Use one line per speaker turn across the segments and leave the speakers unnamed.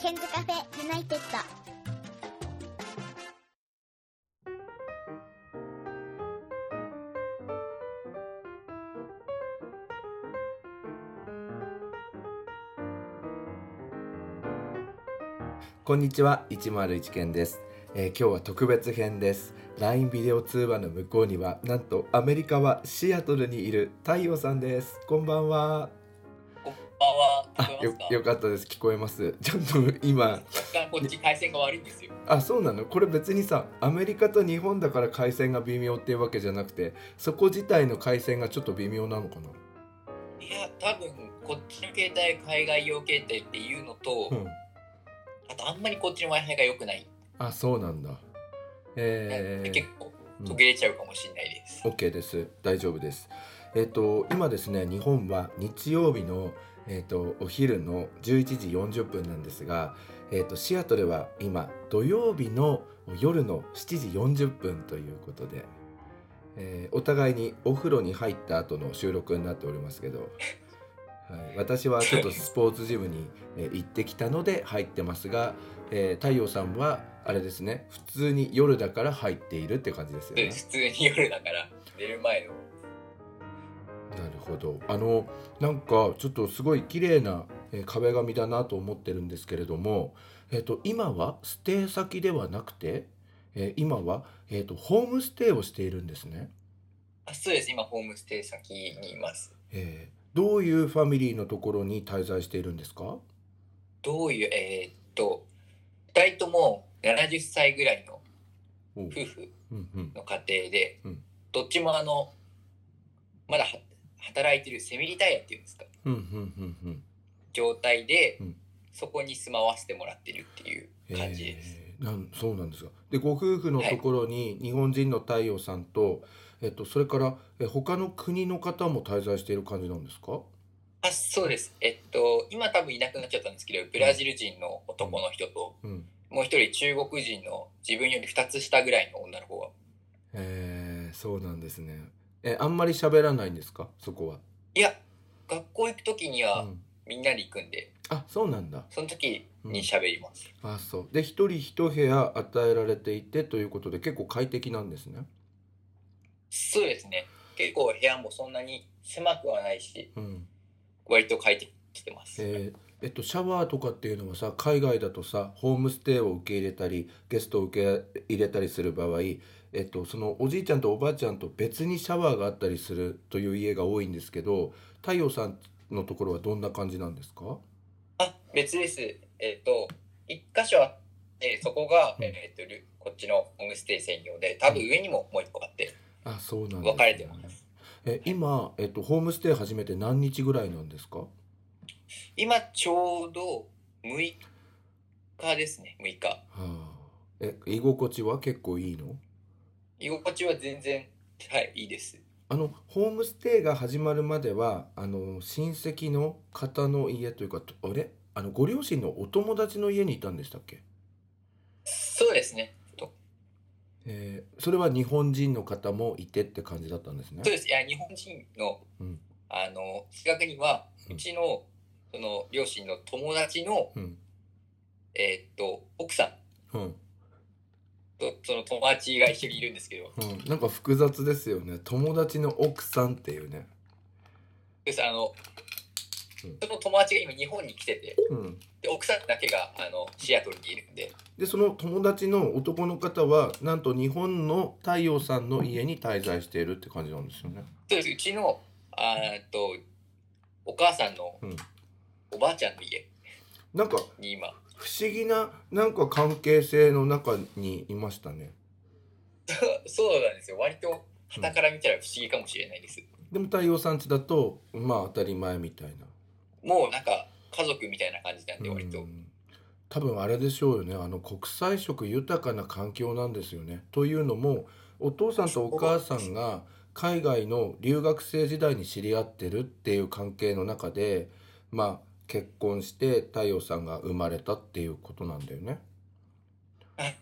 ケンズカフェユナイテッド。
こんにちは101件です、えー今日は特別編です LINE ビデオ通話の向こうにはなんとアメリカはシアトルにいる太陽さんですこんばんは
こんばんは。聞
あ
こえ
よ
ますか
よかったです聞こえますちょっと今
若干こっち回線が悪いんですよ。
あそうなのこれ別にさアメリカと日本だから回線が微妙っていうわけじゃなくてそこ自体の回線がちょっと微妙なのかない
や、多分こっちの携帯、海外用携帯っていうのと、
うん
あとあんまりこっちの Wi-Fi が良くない。
あそうなんだえー
結構
うん
途切れちゃうかもしれないです。
OK です大丈夫ですえっ、と今ですね日本は日曜日のえっ、とお昼の11時40分なんですがえっ、とシアトルは今土曜日の夜の7時40分ということで、えーお互いにお風呂に入った後の収録になっておりますけど、はい、私はちょっとスポーツジムにえー行ってきたので入ってますが、えー太陽さんはあれですね普通に夜だから入っているって感じですよ
で
ね
普。通に夜だから、寝る前の。
なるほどあのなんかちょっとすごい綺麗なえー壁紙だなと思ってるんですけれども、えっと今はステイ先ではなくて、えー今は、えっとホームステイをしているんですね、
あそうです、今ホームステイ先にいます。
えーどういうファミリーのところに滞在しているんですか
どういう、えーっと、2人とも70歳ぐらいの
おう
夫婦
うんうん
の家庭で、
うん
どっちもあの、まだは働いてるセミリタイヤっていうんですか。
うんうんうんうん
状態で、
うん
そこに住まわせてもらってるっていう感じです。
えーなんそうなんですがでご夫婦のところに日本人の太陽さんと、えっとそれから、えー他の国の方も滞在している感じなんですか
あそうです。えっと今多分いなくなっちゃったんですけどブラジル人の男の人と、
うん
もう一人中国人の自分より2つ下ぐらいの女の子が
えー、そうなんですね。えあんまり喋らないんですかそこは。
いや学校行く時に
う
は
ん、
みんなで行くんで
あそうなんだ。
その時に喋ります。
あそうで一人一部屋与えられていてということで結構快適なんですね。
そうですね結構部屋もそんなに狭くはないし
うん
割と快適にしてます。
えーえっと、シャワーとかっていうのはさ海外だとさホームステイを受け入れたりゲストを受け入れたりする場合、えっと、そのおじいちゃんとおばあちゃんと別にシャワーがあったりするという家が多いんですけど太陽さんのところはどんな感じなんですか
あ別です。えっ、と一箇所あってそこが、
うん
えっ、とルこっちのホームステイ専用で多分上にももう一個あって
あ、そうなんですね
分かれてます。
え今、えっと、ホームステイ始めて何日ぐらいなんですか
今ちょうど6日ですね6日
はあえ居心地は結構いいの
居心地は全然はいいいです
あのホームステイが始まるまではあの親戚の方の家というかとあれあのご両親のお友達の家にいたんでしたっけ、
そうですねと
えーそれは日本人の方もいてって感じだったんですね
そうですいや日本人の、
うん
あの近くには
うん
うちのその両親の友達の、
うん
えーっと奥さん
うん、
とその友達が一緒にいるんですけど
うん、なんか複雑ですよね友達の奥さんっていうね
ですあの
うん
その友達が今日本に来てて
うん
で奥さんだけがあのシアトルにいるんで
でその友達の男の方はなんと日本の太陽さんの家に滞在しているって感じなんですよね。
そうですうちのあーっとお母さんの
うん
おばあちゃんの家
なんか
に今
不思議ななんか関係性の中にいましたね。
そうなんですよ割と傍から見たら不思議かもしれないです、
でも太陽さん家だとまあ当たり前みたいな。
もうなんか家族みたいな感じなんで
う
割と、
ん多分あれでしょうよねあの国際色豊かな環境なんですよね。というのもお父さんとお母さんが海外の留学生時代に知り合ってるっていう関係の中でまあ結婚して太陽さんが生まれたっていうことなんだよね
はい。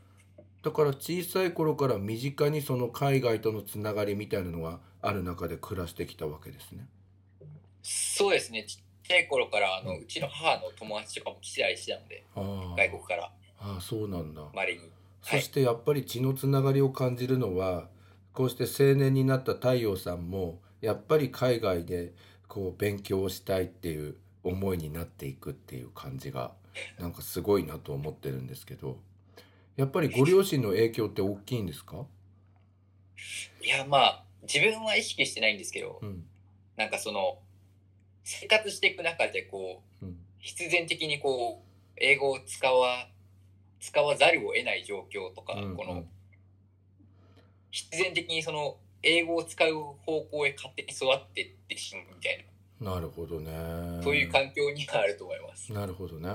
だから小さい頃から身近にその海外とのつながりみたいなのがある中で暮らしてきたわけですね。
そうですねちちゃい頃からあのうちの母の友達とかも来てたりしてたので
あー
外国から
あーそうなんだ、
まれに
そしてやっぱり血のつながりを感じるのはこうして青年になった太陽さんもやっぱり海外でこう勉強をしたいっていう思いになっていくっていう感じがなんかすごいなと思ってるんですけどやっぱりご両親の影響って大きいんですか、
いやまあ自分は意識してないんですけど
うん
なんかその生活していく中でこう
うん
必然的にこう英語を使わ使わざるを得ない状況とか、
うんうん
この必然的にその英語を使う方向へ勝手に育っていってしまうみたい
なるほどね
なそういう環境にはあると思います。
なるほどね。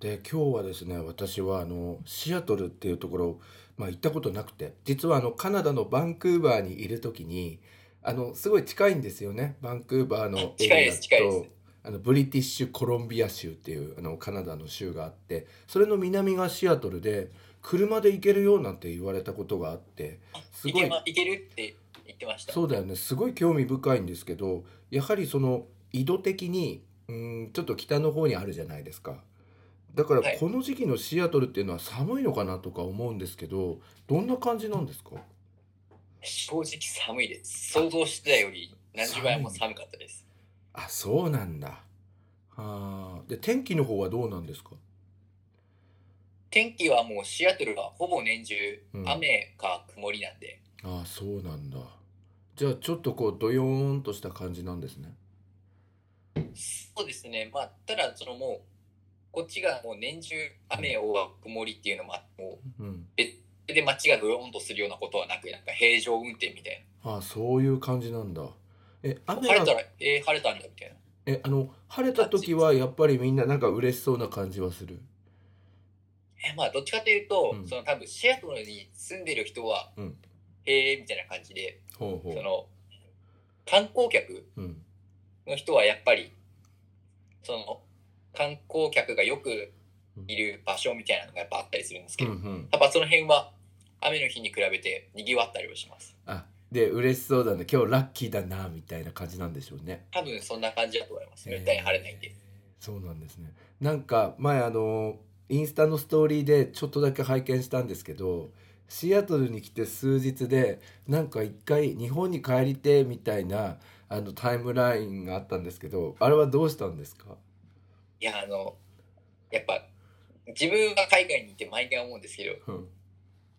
で今日はですね私はあのシアトルっていうところ、まあ、行ったことなくて実はあのカナダのバンクーバーにいる時にあのすごい近いんですよねバンクーバーの
近いです近いです
あのブリティッシュコロンビア州っていうあのカナダの州があってそれの南がシアトルで車で行けるようなんて言われたことがあってす
い
ごい
け,、ま、いけるって言ってました。
そうだよねすごい興味深いんですけどやはりその緯度的にうーんちょっと北の方にあるじゃないですかだから
はい
この時期のシアトルっていうのは寒いのかなとか思うんですけどどんな感じなんですか
正直寒いです。想像してたより何十倍も寒かったです。
あそうなんだあーで天気の方はどうなんですか
天気はもうシアトルはほぼ年中
うん
雨か曇りなんで、
ああそうなんだじゃあちょっとこうドヨーンとした感じなんですね
そうですね、まあ、ただそのもう、こっちがもう年中雨を曇りっていうのもあって、もう
うん
それで街がドヨーンとするようなことはなく、なんか平常運転みたい
ああそういう感じなんだえ
な、
雨
晴れ
が
たら、えー晴れたんだみたいな、
えあの晴れた時はやっぱりみんななんか嬉しそうな感じはする
えーまあ、どっちかというと、
うん
その多分シアトルに住んでる人は、
うん
へえみたいな感じで、
ほうほう
その観光客
うん
の人はやっぱり、その観光客がよくいる場所みたいなのがやっぱあったりするんです
う
け
んう
ど、
ん、
やっぱその辺は雨の日に比べてにぎわったりはします。
あで嬉しそうだね今日ラッキーだなみたいな感じなんでしょうね。
多分そんな感じだと思います。絶対に晴れないんで。
そうなんですねなんか前あのインスタのストーリーでちょっとだけ拝見したんですけどシアトルに来て数日でなんか一回日本に帰りてみたいなあのタイムラインがあったんですけどあれはどうしたんですか
いや、あの、やっぱ、自分が海外に行って毎回思うんですけど、
うん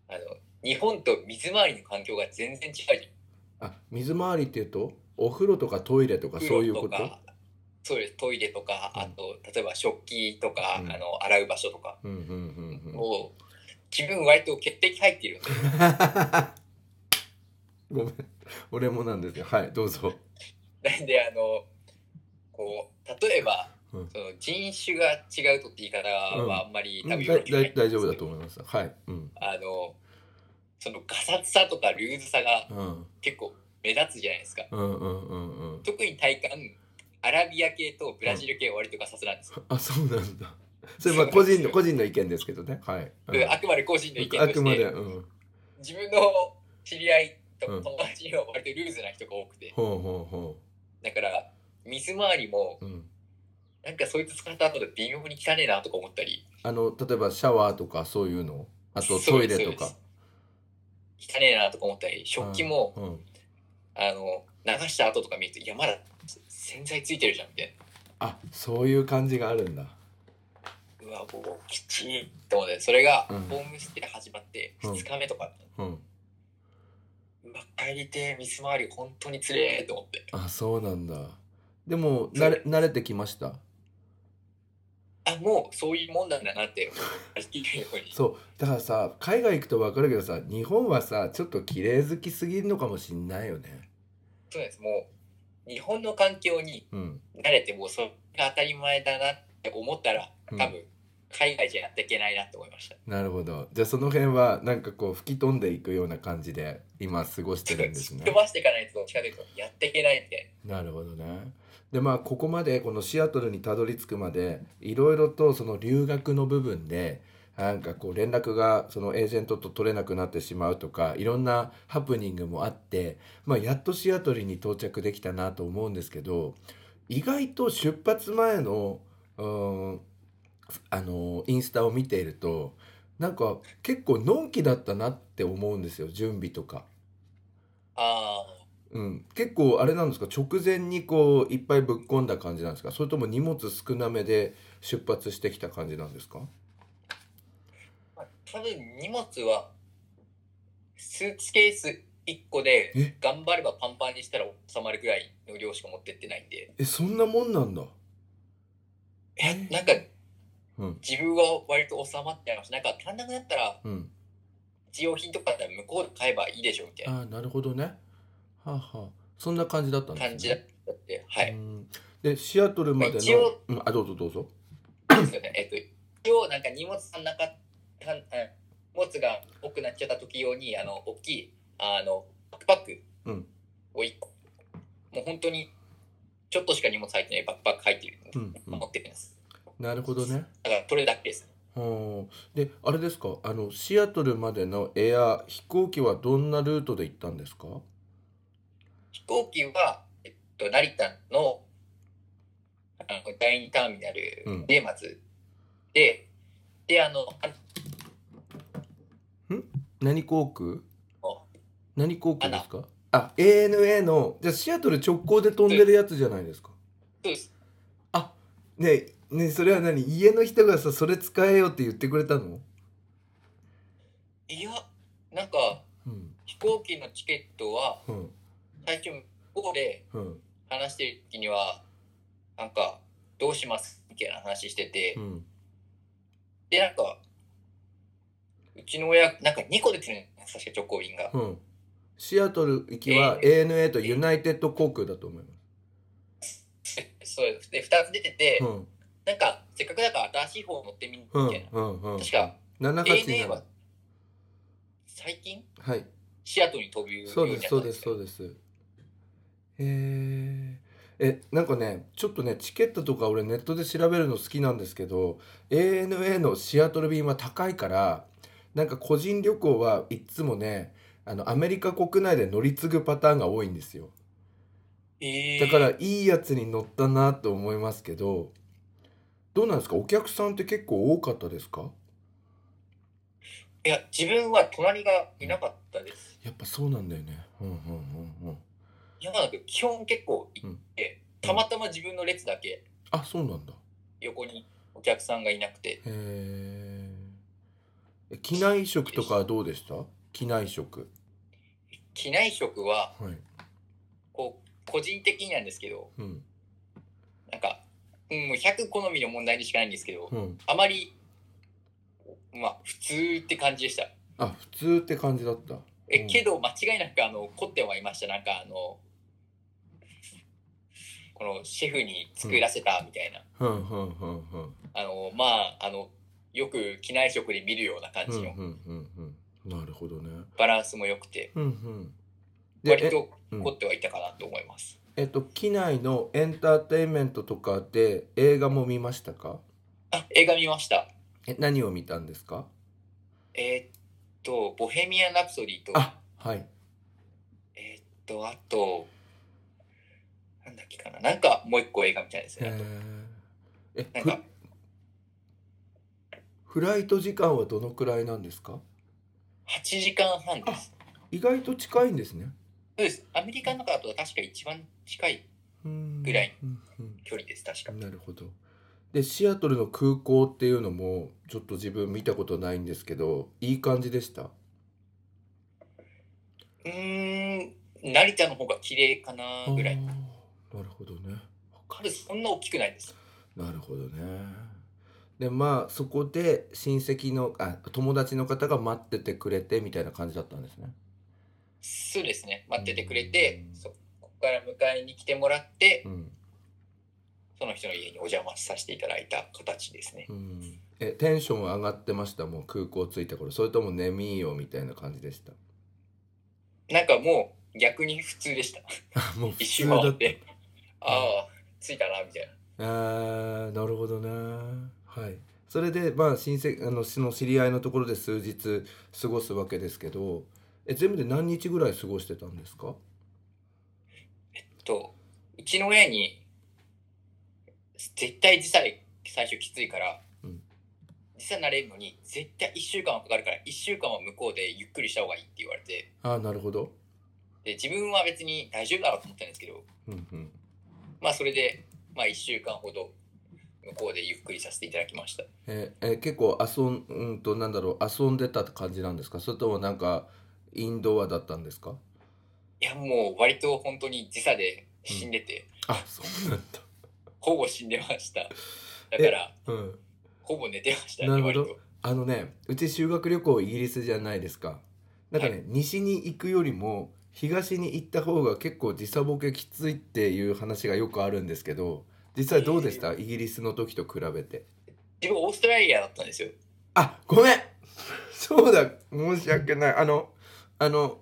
あの、日本と水回りの環境が全然違うじゃん。
あ水回りっていうとお風呂とかトイレとかそういうこ
風呂
と
か、そうですトイレとか、
うん
あと、例えば食器とか、
うん
あの、洗う場所とか、
うんうんうんうん
もう、自分割と潔癖入ってるんで、
ごめん俺もなんですよはいどうぞ
なんで、あの、こう、例えば、
うん
その人種が違うとって言い方はあんまり
うん
多
だ
分
い
よろしくない
だい大丈夫だと
思う。
思います。はい。うん。
あの、そのガサツさとかルーズさが
うん。
結構目立つじゃないですか
うんうんうんうん。
特に体感アラビア系とブラジル系は割とガサツなんですよ、
あ、そうなんだ。それまあ個人の個人の意見ですけどね。はい。うん
あくまで個人の意見
あ
と
く
し
まで、
て
うん。
自分の知り合いと
うん
友達には割とルーズな人が多くて、
ほうほうほ
だから水回りも
う。うん。
なんかそいつ使った後で微妙に汚ねえなとか思ったり
あの例えばシャワーとかそういうの、あと
そ
ト
う
イ
です
レとか
そ。汚ねえなとか思ったり食器も、
うん。
あの流した後とか見るといやまだ洗剤ついてるじゃんみたい
あ、そういう感じがあるんだ。
なうわもうきちいと思ってそれが
うん
ホームステイ始まって
うん
2日目とか、
うん。
うわ帰りてえ水回り本当につれえと思って
あ、そうなんだ。でも慣れ慣れてきました。
あもうそういうもんなんだなって思って聞いように
そうだからさ海外行くと分かるけどさ日本はさちょっと綺麗好きすぎるのかもしんないよね。
そうですもう日本の環境に
うん。
慣れてもうそれが当たり前だなって思ったら
うん
多分海外じゃやっていけないなって思いました、
なるほど。じゃあその辺はなんかこう吹き飛んでいくような感じで今過ごしてるんです
突っ
ね
飛。ばしていかないとどっちかというとやっていけないんで
なるほどね。でまあここまでこのシアトルにたどり着くまでいろいろとその留学の部分でなんかこう連絡がそのエージェントと取れなくなってしまうとかいろんなハプニングもあって、まあ、やっとシアトルに到着できたなと思うんですけど意外と出発前の、うんあのインスタを見ているとなんか結構のんきだったなって思うんですよ準備とか。
あ
うん、結構あれなんですか直前にこういっぱいぶっ込んだ感じなんですかそれとも荷物少なめで出発してきた感じなんですか
あ、多分荷物は、スーツケース1個で
え、
頑張ればパンパンにしたら収まるぐらいの量しか持ってってないんで、
えそんなもんなんだ
え、なんか
うん
自分は割と収まってました。なんか足んなくなったら、
うん
日用品とかだったら向こうで買えばいいでしょみたいな
ああなるほどねはあ、はあ、そんな感じだったんですね
感じだったって、は
う
い。
んでシアトルまでの、
まあ一応
うん、あどうぞどうぞ
ですよね。えっと、一応なんか荷物の中、たんえ荷物が多くなっちゃった時用に、あの、大きい、あの、バックパック
うん
を一個、もう本当に、ちょっとしか荷物入ってないバックパック入ってる、
うんうん
持ってるんです。
なるほどね
だから、それだけです。
はあであれですかあのシアトルまでのエア飛行機はどんなルートで行ったんですか
飛行機は、えっと、成田の、あの、第二ターミナルで、まず、で、で、あの、あ
何航空
あ
何航空ですかあ ANA のじゃあシアトル直行で飛んでるやつじゃないですか
そうです。
ねえねえそれは何家の人がさそれ使えよって言ってくれたの
いや、なんか、
うん
飛行機のチケットは、
うん
最初、ここで、
うん
話してる時にはなんかどうしますみたいな話してて、
うん
でなんかうちの親なんか2個出てるんです確か直行便が、
うんシアトル行きは ANA とユナイテッド航空だと思いま
そうで2つ出てて、
すうん
なんかせっかくだから新しい方乗ってみる
う
み
ん
たいな、
うんうん
確か ANA
787
は最近
はい
シアトルに飛ぶよう
そう
にな
です
った
そ
ん
うですそう
で
ですへええなんかねちょっとねチケットとか俺ネットで調べるの好きなんですけど ANA のシアトル便は高いからなんか個人旅行はいっつもねあのアメリカ国内で乗り継ぐパターンが多いんですよ
えー
だからいいやつに乗ったなと思いますけどどうなんですかお客さんって結構多かったですか
いや自分は隣がいなかったです
やっぱそうなんだよねうんうんうんうん
いやなんか基本結構行って、たまたま自分の列だけ
あそうなんだ
横にお客さんがいなくて
へーえ機内食とかはどうでした機内食
機内食は
はい、
こう個人的になんですけど
うん
なんか、うん、もう100好みの問題でしかないんですけど、
うん、
あまりまあ普通って感じでした
あ普通って感じだったう
え
ん
けど間違いなくあの凝ってはいましたなんかあのこのシェフに作らせたみたいな、
うんうんうんうん
あのまああのよく機内食で見るような感
うんう
じ
ん
の
うんうんなるほどね
バランスも良くて、
うんうん
割
で
と
え,、うん
凝ってはいたかなと思います、
えっと機内のエンターテインメントとかで映画も見ましたか
あ映画見ました
え何を見たんですか
えーっと「ボヘミアン・ラプソディ」と
あはい
えーっと、あと、なんだっけかな。なんかもう一個映画みたいです
へ
ね。
ーえ
なん
フ
か、
フライト時間はどのくらいなんですか
8時間半です。
意外と近いんですね
そうです。アメリカの中だと確か一番近い
ぐ
ぐらい、
うんうん
距離です、確か。
なるほどでシアトルの空港っていうのもちょっと自分見たことないんですけどいい感じでした
うーん、成田の方が綺麗かなぐらい。
あーなるほどねわか
多分そんな大きくないです。
るなるほどねでまあそこで親戚のあ友達の方が待っててくれてみたいな感じだったんですね
そうですね。待っててくれて
う、ん
そこから迎えに来てもらって、
うん、
その人の家にお邪魔させていただいた形ですね
う。ん、えテンション上がってましたもう空港着いた頃それとも眠いよみたいな感じでした
なんかもう逆に普通でした。
あもう普
一
通
周
だ
回
っ
ったて、ああ、着いたな、みたいな。
あーなるほどねはいそれでまあ親戚あのその知り合いのところで数日過ごすわけですけどえ全部で何日ぐらい過ごしてたんですか
とうちの親に絶対時差で最初きついから、
うん
時差慣れるのに絶対1週間はかかるから1週間は向こうでゆっくりした方がいいって言われて
ああなるほど
で自分は別に大丈夫だろうと思ったんですけど
うんうん
まあそれで、まあ、1週間ほど向こうでゆっくりさせていただきました
えーえー結構遊んうんとなんだろう遊んでた感じなんですかそれともなんかインドアだったんですか
いやもう割と本当に時差で死んでて、
あそうなんだ
ほぼ死んでましただから
うん
ほぼ寝てました
なるほ
割
ど
と
あのねうち修学旅行イギリスじゃないですかなんかね、
は
西に行くよりも東に行った方が結構時差ボケきついっていう話がよくあるんですけど実際どうでした、イギリスの時と比べて
自分オーストラリアだったんですよ
あごめん そうだ申し訳ないあのあの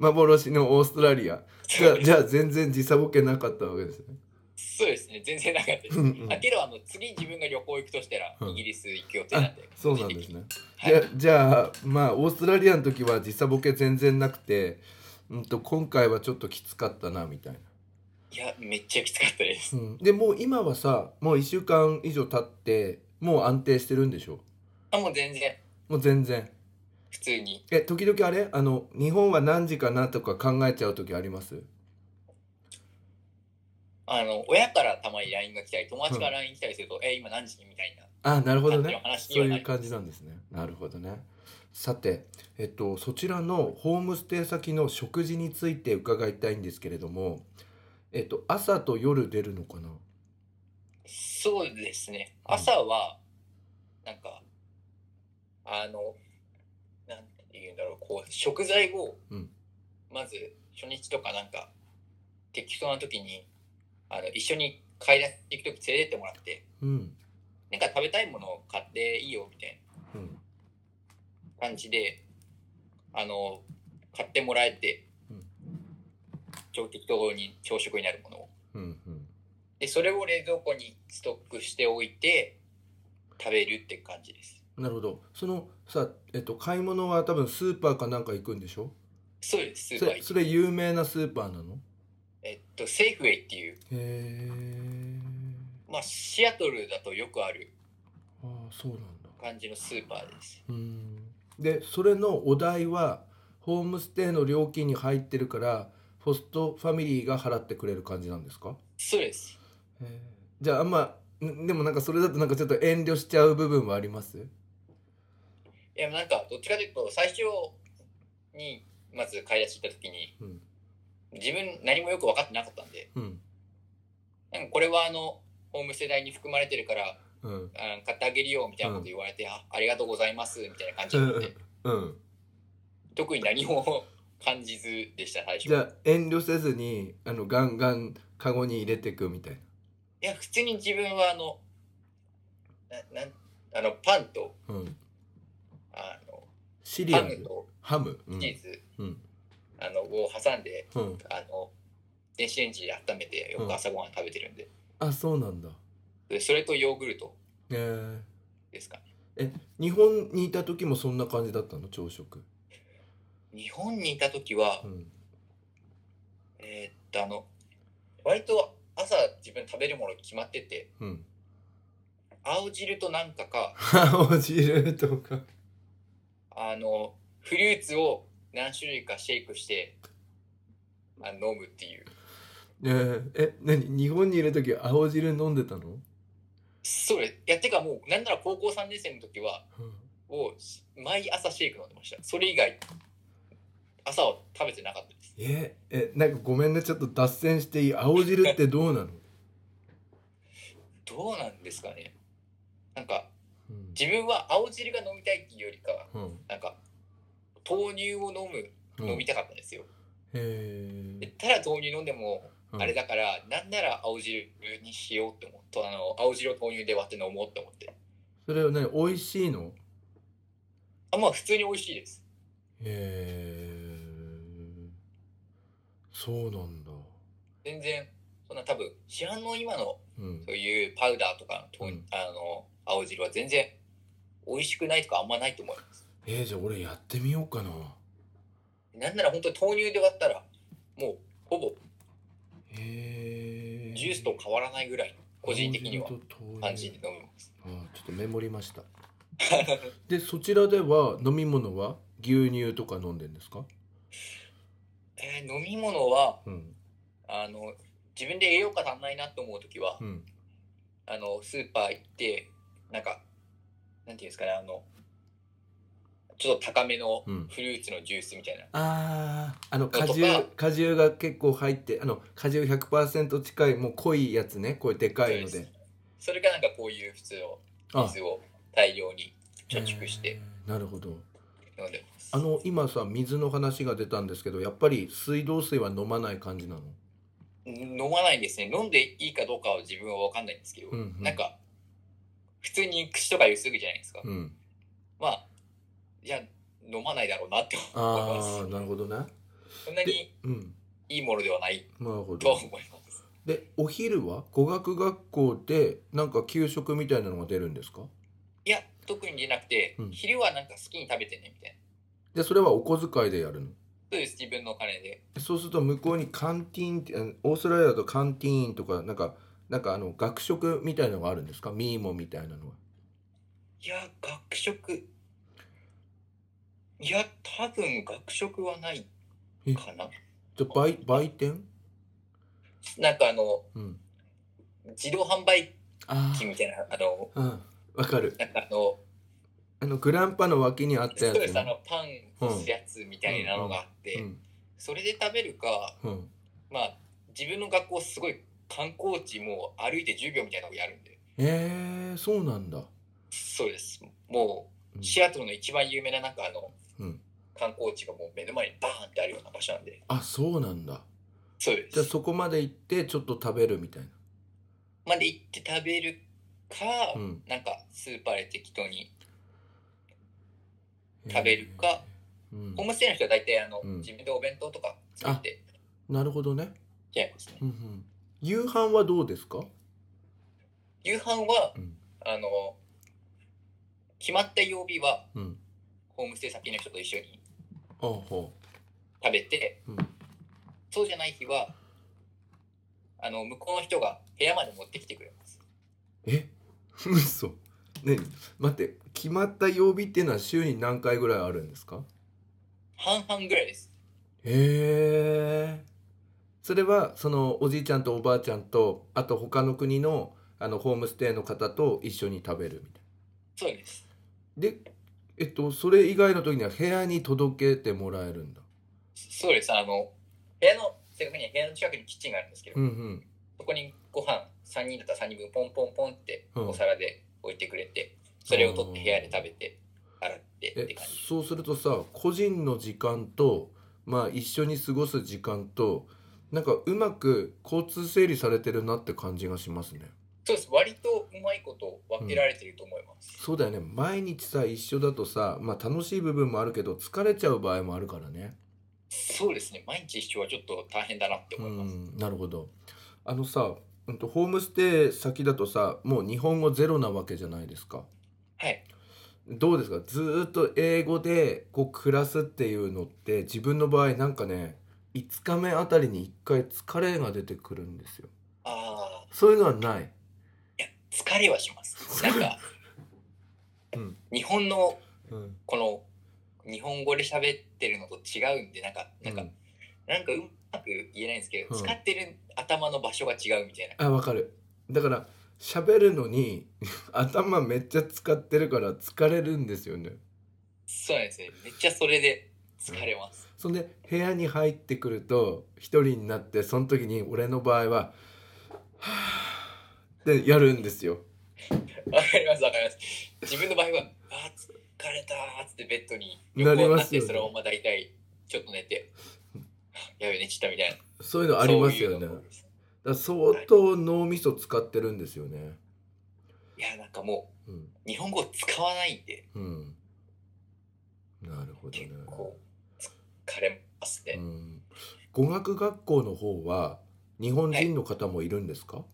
幻のオーストラリアじゃあじゃあ全然時差ボケなかったわけですね
そうですね全然なかったです
うんうん
あけどあの次自分が旅行行くとしたら
うん
イギリス行く予定なんで、
そうなんですね
はい
じゃじゃあまあオーストラリアの時は時差ボケ全然なくて、うん、と今回はちょっときつかったなみたいな、
いやめっちゃきつかったです
うん、でもう今はさもう1週間以上経ってもう安定してるんでしょ
あもう全然
もう全然
普通に
え時々あれあの日本は何時かなとか考えちゃう時あります
あの親からたまに LINE が来たり友達から LINE 来たりすると「え今何時?」みたいな
あなるほどね
感じ
そ
の話に
う
はなります
いう感じなんですねなるほどねさて、えっと、そちらのホームステイ先の食事について伺いたいんですけれども、えっと、朝と夜出るのかな
そうですね
うん
朝はなんかあのなんて言うんだろうこう食材を
うん
まず初日とかなんか適当な時にあの一緒に買い出し行く時連れてってもらって
うん
なんか食べたいものを買っていいよみたいな
うん
感じで、あの、買ってもらえて
うん、
長期等に朝食になるものを。
うんうん
で、それを冷蔵庫にストックしておいて、食べるって感じです。
なるほどそのさ、えっと、買い物は多分スーパーかなんか行くんでしょ
そうです、スー
そ
パー
れ
行
そ
き
れ有名なスーパーなの
えっと、セーフウェイっていう、
へえ
まあ、シアトルだとよくある
ああそうなんだ
感じのスーパーです。
うんでそれのお代はホームステイの料金に入ってるからホストファミリーが払ってくれる感じなんですか
そうです。
じゃああんまんでもなんかそれだとなんかちょっと遠慮しちゃう部分はあります
いや、なんか、どっちかというと、最初に、まず買い出し行った時に、
うん
自分何もよく分かってなかったんで、
うん
なんかこれはあの、ホーム世代に含まれてるから、
うん
あ買ってあげるよみたいなこと言われて、あありがとうございますみたいな感じになって
うん
特に何も感じずでした最初
じゃあ遠慮せずにあのガンガンカゴに入れていくみたいない
や普通に自分はあのななんあのパンと
うん、
あの
シリ
ハ
ア
ム
ル
と
ハム、うん
チーズ、
うん
あのを挟んで
うん、
あの電子レンジで温めてよく朝ごはん食べてるんで,
あそうなんだ、
で、それとヨーグルト
えー、
ですかね
日本にいた時もそんな感じだったの朝食、
日本にいた時は、
うん、
えーっとあの割と朝自分食べるもの決まってて
うん、
青汁となんかか
青汁とか
あの、フルーツを何種類かシェイクして、あ飲むっていう。
ねええ何日本にいる時青汁飲んでたの、
それ、いや、てかもう、なんなら高校3年生の時は、をし毎朝シェイク飲んでました。それ以外、朝は食べてなかったです。
ええなんかごめんねちょっと脱線していい青汁ってどう なの、
どうなんですかね。なんか、
うん
自分は青汁が飲みたいっていうよりかは、
うん
なんか、豆乳を飲む、
うん
飲みたかったんですよ。
へ
で
え、
ただ豆乳飲んでも、
うん
あれだから、なんなら青汁にしようって思って、あの、青汁を豆乳で割って飲もうって思って。
それはね美味しいの
あ、まあ普通に美味しいです。
へえそうなんだ
全然、そんな多分、市販の今の
うん
そういうパウダーとかのと、
うん
あの、青汁は全然美味しくないとかあんまないと思います。
えー、じゃあ俺やってみようかな
なんなら本当に豆乳で割ったら、もうほぼ
へえ
ジュースと変わらないぐらいの個人的には
青汁と豆乳
感じで飲みます。
あーちょっとメモりましたでそちらでは飲み物は牛乳とか飲んでんですか
えー飲み物は
うん
あの自分で栄養価足んないなと思う時は、
うん
あのスーパー行ってなんかなんていうんですかねあのちょっと高めの
うん
フルーツのジュースみたいな、
あーあの
とか
果汁果汁が結構入ってあの果汁100%近いもう濃いやつねこういうでかいの
そうで
です
それがなんかこういう普通の
あ
水を大量に貯蓄して
えーなるほど
飲んでます。
あの今さ水の話が出たんですけどやっぱり水道水は飲まない感じなの
飲まないんですね飲んでいいかどうかは自分は分かんないんですけど、
うんうん
なんか普通に口とかゆすぐじゃないですか、
うん
まあじゃあ飲まないだろうなって思い
あ
ま
あなるほどな
すそんなに
うん
いいものではない
なるほ
とは
ど
思います
でお昼は語学学校でなんか給食みたいなのが出るんですか
いや特に出なくて、
うん
昼はなんか好きに食べてねみたいな
でそれはお小遣いでやるの
そうです自分のお金で
そうすると向こうにカンティーンってあのオーストラリアだとカンティーンとかなんかなんかあの学食みたいのがあるんですかミーモみたいなのは。
いや学食いや多分学食はないかな
じゃあ売売店、
なんかあの
うん、
自動販売
あ
機みたいなあの
あうんわかる
なんかあの
あのグランパの脇にあった
そ
や
う
つ、
ですあのパン干すやつみたいなのがあって、
うん
それで食べるか
うん、
まあ自分の学校すごい観光地もう歩いて10秒みたいなのをやるんで
えー、そうなんだ。
そうですも
うん
うシアトルの一番有名ななんかあの
うん、
観光地がもう目の前にバーンってあるような場所なんで
あそうなんだ。
そうで
じゃあ
す
そこまで行ってちょっと食べるみたいな。
まで行って食べるか、
うん
なんかスーパーで適当に食べるか
えー、うん
ホームステイの人は大体あの、
うん
自分でお弁当とか作って
なるほどね、
きゃいますね
うんうん。夕飯はどうですか、
夕飯は
うん
あの決まった曜日は
うん、
ホームステイ先の人と一緒に
あほ
食べて、
うん
そうじゃない日はあの向こうの人が部屋まで持ってきてくれます
うえ 嘘ね待って決まった曜日っていうのは週に何回ぐらいあるんですか
半々ぐらいです
へえそれはそのおじいちゃんとおばあちゃんとあと他の国のあのホームステイの方と一緒に食べるみたい
そうです
なでえっとそれ以外の時には部屋に届けてもらえるんだ
そうですあの部屋の正確には部屋の近くにキッチンがあるんですけど、
うんうん
そこにご飯3人だったら3人分ポンポンポンって
うん
お皿で置いてくれて、それを取って部屋で食べて洗ってっ
え
て感じ
そうするとさ個人の時間とまあ一緒に過ごす時間となんかうまく交通整理されてるなって感じがしますね
そうです割とうまいこと分けられてると思います、
そうだよね毎日さ一緒だとさ、まあ、楽しい部分もあるけど疲れちゃう場合もあるからね
そうですね毎日一緒はちょっと大変だなって思います、
うんなるほどあのさ、うんと、ホームステイ先だとさもう日本語ゼロなわけじゃないですか
はい
どうですかずーっと英語でこう暮らすっていうのって自分の場合なんかね5日目あたりに1回疲れが出てくるんですよ
ああ
そういうのはない
疲れはします。なんか、
うん
日本の
うん
この日本語で喋ってるのと違うんで、なんか、なんか、なんかうまく言えないんですけど、
うん
使ってる頭の場所が違うみたいな。
あわかるだから喋るのに 頭めっちゃ使ってるから疲れるんですよね
そうなんですね。めっちゃそれで疲れます。
そんで部屋に入ってくると一人になってその時に俺の場合は「はぁってやるんですよ
わ、かります、わかります。自分の場合は、あー、疲れたーっつってベッドに
なり
に
ま
なっ
すよ
て、
ね
そのまま大体ちょっと寝て、やべ、寝ちったみたいな。
そういうのありますよね
そういう
だ
の
か
も
ら相当脳みそ使ってるんですよね
いや、なんかも
うん
う、日本語使わないんで、
うんなるほどね
結構疲れますね。
うん、語学学校の方は日本人の方もいるんですか、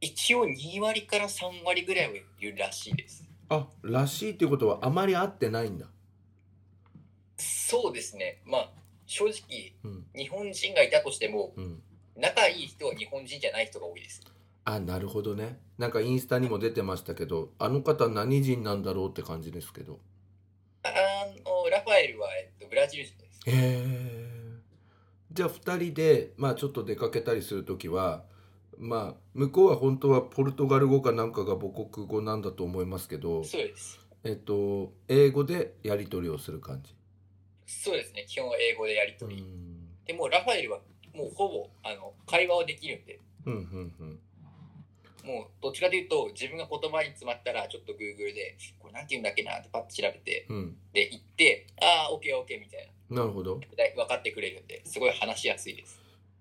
一応2割から3割ぐらいはいるらしいです。
あらしいっていうことはあまり合ってないんだ
そうですね。まあ正直
うん
日本人がいたとしても
うん
仲いい人は日本人じゃない人が多いです。
あなるほどねなんかインスタにも出てましたけどあの方何人なんだろうって感じですけど
あのラファエルは、えっと、ブラジル人です。
へえじゃあ2人で、まあ、ちょっと出かけたりする時はまあ向こうは本当はポルトガル語かなんかが母国語なんだと思いますけど、
そうです。
えっと、英語でやり取りをする感じ。
そうですね。基本は英語でやり
う
取り。
ん
でもうラファエルはもうほぼあの会話をできるんで、
うんうんうん
もうどっちかというと自分が言葉に詰まったらちょっと Google でこれなんて言うんだっけなってパッと調べて、
うん
で行って、ああ、OK、OK みたいな。
なるほど
で分かってくれるんで、すごい話しやすいです。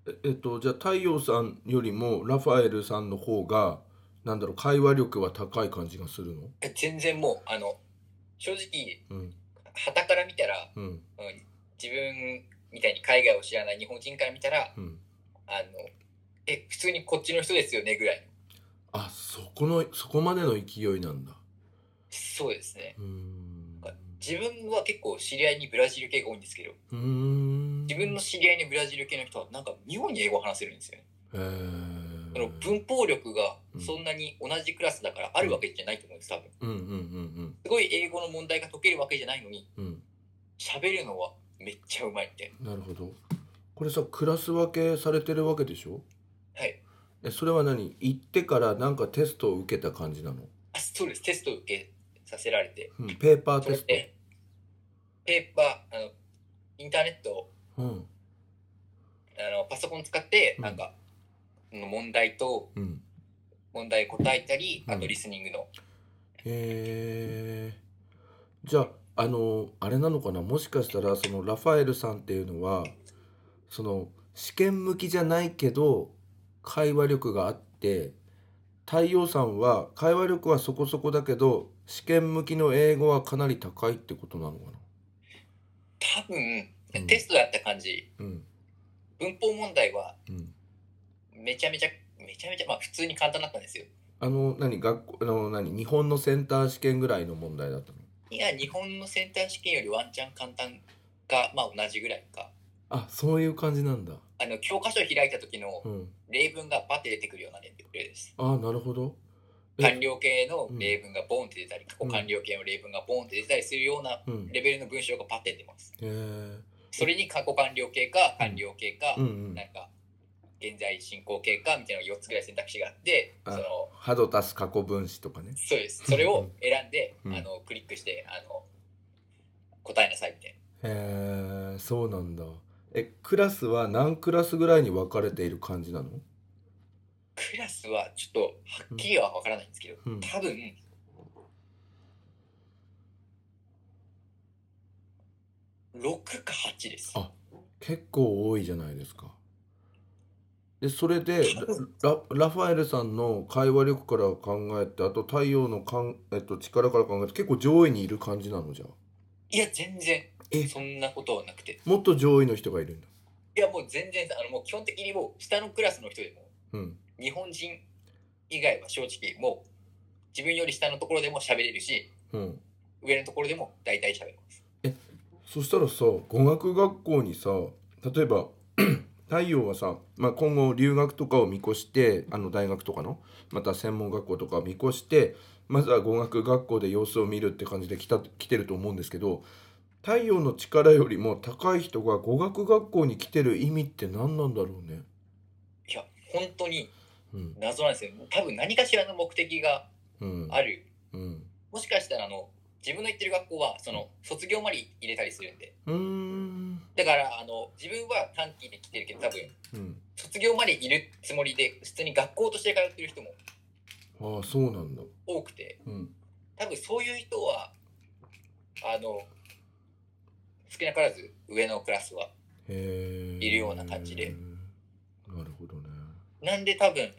ええっとじゃあ太陽さんよりもラファエルさんの方がなんだろう会話力は高い感じがするの
全然もう、あの、正直、
うん
旗から見たら、
うん
うん自分みたいに海外を知らない日本人から見たら、
うん
あの、え、普通にこっちの人ですよねぐらい。
あそこのそこまでの勢いなんだ
そうですね。
うーん
自分は結構知り合いにブラジル系が多いんですけど、
うーん
自分の知り合いにブラジル系の人はなんか妙に英語を話せるんですよね。
え
その文法力が
うん
そんなに同じクラスだからあるわけじゃないと思うんです、多分。
うんうんうん
すごい英語の問題が解けるわけじゃないのに、
うん
喋るのはめっちゃうまいみたい
うんなるほどこれさクラス分けされてるわけでしょ
な。はい。
えそれは何行ってからなんかテストを受けた感じなの、
あ、そうです。テストを受けさせられて、
うん、ペーパー
そ
テ
れ
スト
で、ペーパー、あの、インターネットを
うん
あのパソコン使って
うん
なんか、問題と
うん
問題答えたり
うん
あとリスニングの、
へえじゃああのあれなのかなもしかしたらそのラファエルさんっていうのはその試験向きじゃないけど会話力があって太陽さんは会話力はそこそこだけど試験向きの英語はかなり高いってことなのかな
多分
うん
テストだった感じ、
うん
文法問題は
うん
めちゃめちゃめちゃめちゃまあ普通に簡単だったんですよ
あの何学校あの何日本のセンター試験ぐらいの問題だったの
いや日本のセンター試験よりワンチャン簡単かまあ同じぐらいか
あそういう感じなんだ
あの教科書を開いた時の
うん
例文がバッて出てくるようなレベルです
ああなるほどえ
官僚系の例文がボンって出たり過去官僚系の例文がボンって出たりするような
うんへ
レベルの文章がパッて出ます
え
それに過去完了形か完了形か、
うんうん
なんか現在進行形かみたいなのが4つぐらい選択肢があって
あ
その
ハドタス過去分子とかね
そうですそれを選んで、
うん
あのクリックしてあの答えなさいみたい
へえそうなんだえクラスは何クラスぐらいに分かれている感じなの
なクラスはちょっとはっきりは分からないんですけど、
うん
多分6か8です
あ結構多いじゃないですかでそれで
多分
ララファエルさんの会話力から考えてあと太陽のかん、えっと、力から考えて結構上位にいる感じなのじゃあ
いや全然
え
そんなことはなくて
もっと上位の人がいるんだ
いやもう全然あのもう基本的にもう下のクラスの人でも
うん
日本人以外は正直もう自分より下のところでも喋れるし
うん
上のところでも大体喋れます
そしたらさ語学学校にさ例えば 太陽はさ、まあ、今後留学とかを見越してあの大学とかのまた専門学校とかを見越してまずは語学学校で様子を見るって感じで来た来てると思うんですけど太陽の力よりも高い人が語学学校に来てる意味って何なんだろうね。
いや本当に
うん
謎なんですよ多分何かしらの目的が
うん
ある
うん
もしかしたらあの自分の行ってる学校はその卒業まで入れたりするんで
うーん
だからあの自分は短期で来てるけど多分
うん
卒業までいるつもりで普通に学校として通ってる人も
ああそうなんだ。
多くて
うん
多分そういう人はあの少なからず上のクラスは
へえ
いるような感じで。
なるほどね。
なんで多分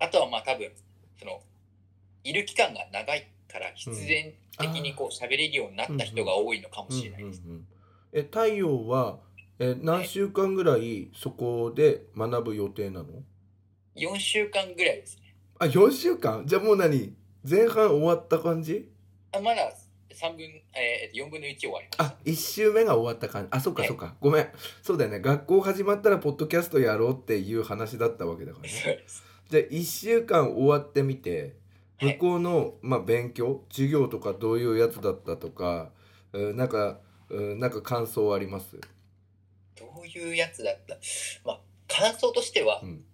あとはまあ多分そのいる期間が長いから必然的にこう喋れるようになった人が多いのかもしれないです。
うんうんうん、え太陽はえ何週間ぐらいそこで学ぶ予定なの
4週間ぐらいですね。
あ4週間じゃあもう何前半終わった感じ
あまだ3分、えー、4分の1終わりまし
あ一1週目が終わった感じあそっか
はい
そっかごめんそうだよね学校始まったらポッドキャストやろうっていう話だったわけだから
た。
ね
そうです
じゃあ1週間終わってみて
はい
向こうの、まあ、勉強授業とかどういうやつだったとかうんなんかうんなんか感想あります
どういうやつだったまあ感想としては、
うん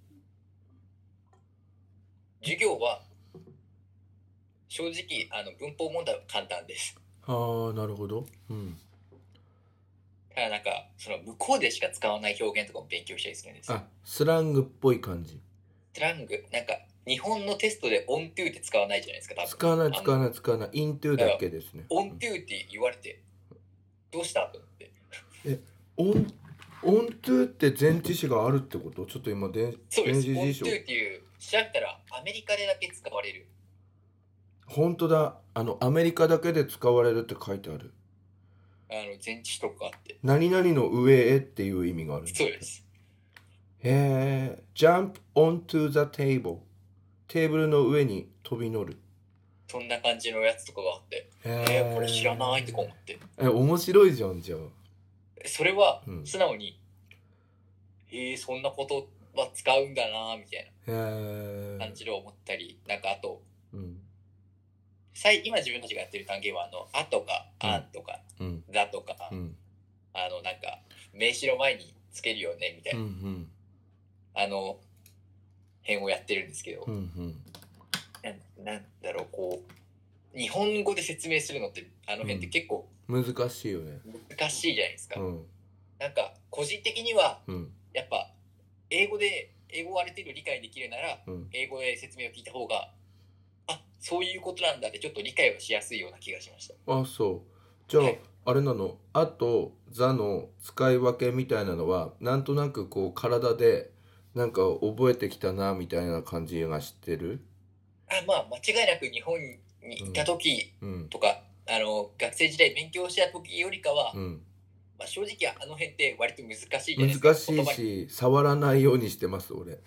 授業は正直あの文法問題は簡単です
ああなるほど、うん、
ただなんかその向こうでしか使わない表現とかも勉強したりするんですよ
あスラングっぽい感じ
スラングなんか日本のテストでオントゥーって使わないじゃないですか多分
使わない使わ
い
ない使わないイントゥーだけですね
オントゥーって言われてどうしたと思って
オンオントゥーって前置詞があるってことちょっと今で
そうで
電
す。
子
オン
辞
ト
書
ゥーっていう、調べたらアメリカでだけ使われる。
本当だあのアメリカだけで使われるって書いてある
あの、前置とかあって。
何々の上へっていう意味がある
そうです。
へえ jump onto the table テーブルの上に飛び乗る
そんな感じのやつとかがあって、
へ
えー、これ知らないとか思って。
え面白いじゃんじゃあ
それは
うん、
素直に、えー、そんなことは使うんだなみたい
へ
な
え
感じで思ったり、なんかあと、
うん
最今自分たちがやってる単元は、あの、あとか、
うん
あんとか、
うん
だとか、
うん
あの、なんか、名詞の前につけるよね、みたい
うんう
な、
ん
あの、辺をやってるんですけど、
うんうん
なんなんだろうこう日本語で説明するのってあの辺って結構
難しいよね
難しいじゃないですか、
うん
なんか個人的には
うん
やっぱ英語で英語をある程度理解できるなら
うん
英語で説明を聞いた方があそういうことなんだってちょっと理解はしやすいような気がしました
あそうじゃ
はい
ああれなの「あ」と「座」の使い分けみたいなのはなんとなくこう体でなんか覚えてきたなみたいな感じがしてる
あまあ間違いなく日本に行った時
うん
とか、あの学生時代勉強した時よりかは、
うん
まあ、正直あの辺って割と難しいじゃないですか
難し
言
い
葉に
し触らないようにしてます俺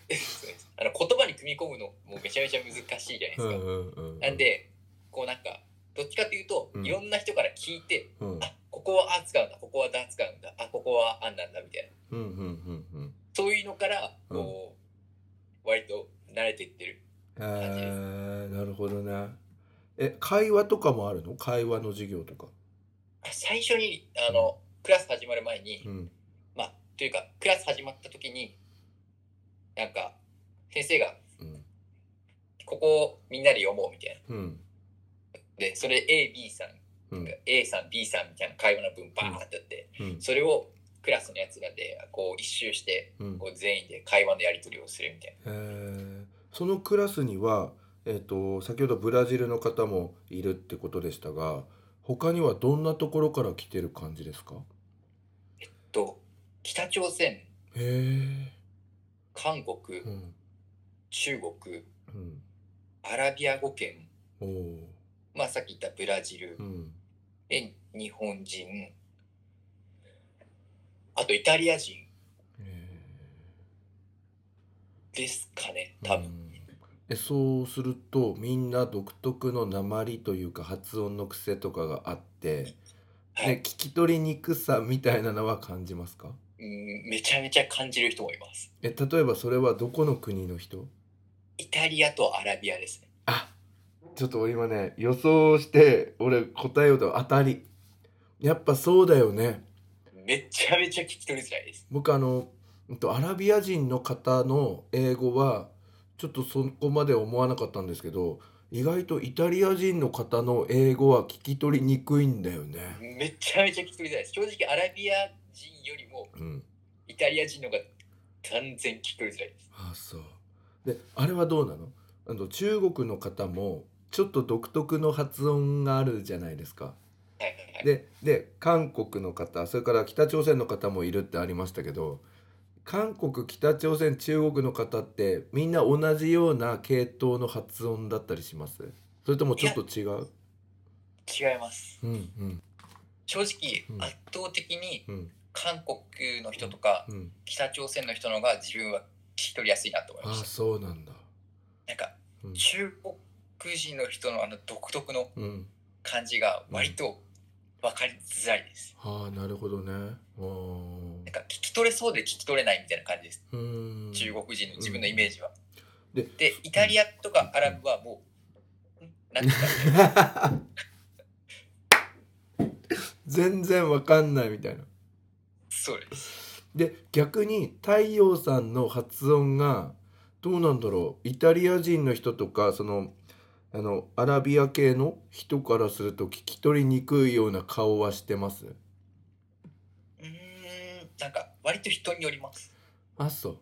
あの言葉に組み込むのもめちゃめちゃ難しいじゃないです
う
か、
んうんうん
なんで、こうなんか、どっちかというと、
うん
いろんな人から聞いて、
うん
あ、ここはあ使うんだ、ここはだ使うんだ、あ、ここはあんなんだ、みたいな。
うんうんうんうん
そういうのから、こう、割と慣れていってる。
えーなるほどねえ会話とかもあるの会話の授業とか
あ最初に、あの、クラス始まる前に
う、ん
まあ、というか、クラス始まった時に、なんか、先生が、
うん
ここをみんなで読もう、みたいな。
うん
で、それ A、B さん、
うん
A さん、B さんみたいな会話の文バーってやって、
うん
それをクラスのやつらで、こう、一周して、
うん
こう全員で会話のやり取りをするみたい
えーそのクラスには、えー、と先ほどブラジルの方もいるってことでしたが他にはどんなところから来てる感じですか
な。と北朝鮮
へえ、
韓国
うん
中国
うん、
アラビア語圏、
おー
まあ、さっき言ったブラジル
うん
で日本人あとイタリア人
え
ですかね
ー
多分、
うんえそうするとみんな独特の鉛というか発音の癖とかがあって、
はい
ね、聞き取りにくさみたいなのは感じますか
うんめちゃめちゃ感じる人もいます
え例えばそれはどこの国の人
イタリアとアラビアですね
あちょっと俺今ね予想して俺答えようと当たりやっぱそうだよね
めちゃめちゃ聞き取りづらいです
僕あのうんとアラビア人の方の英語はちょっとそこまで思わなかったんですけど意外とイタリア人の方の英語は聞き取りにくいんだよね。
めちゃめちゃ聞き取りづらいです正直アラビア人よりも
うん、
イタリア人の方が完全に聞き取りづらいです
あそうであれはどうなのあの中国の方もちょっと独特の発音があるじゃないですか。
はいはいはい
でで韓国の方それから北朝鮮の方もいるってありましたけど韓国北朝鮮中国の方ってみんな同じような系統の発音だったりしますそれともちょっと違う
違います
うんうん
正直
うん
圧倒的に
うん
韓国の人とか
うん
北朝鮮の人の方が自分は聞き取りやすいなと思い
あ
ま
あ
した
そうなんだ
なんか
うん
中国人の人のあの独特の
うん
感じが割と分かりづらいです
ああなるほどねあー
なんか聞き取れそうで聞き取れないみたいな感じです
うん
中国人の自分のイメージは
で
で、イタリアとかアラブはもう、んなんていうか
全然わかんないみたいな
そうです。
で逆に太陽さんの発音がどうなんだろうイタリア人の人とかそのあのアラビア系の人からすると聞き取りにくいような顔はしてます
うーん、なんか、割と人によります。
あそう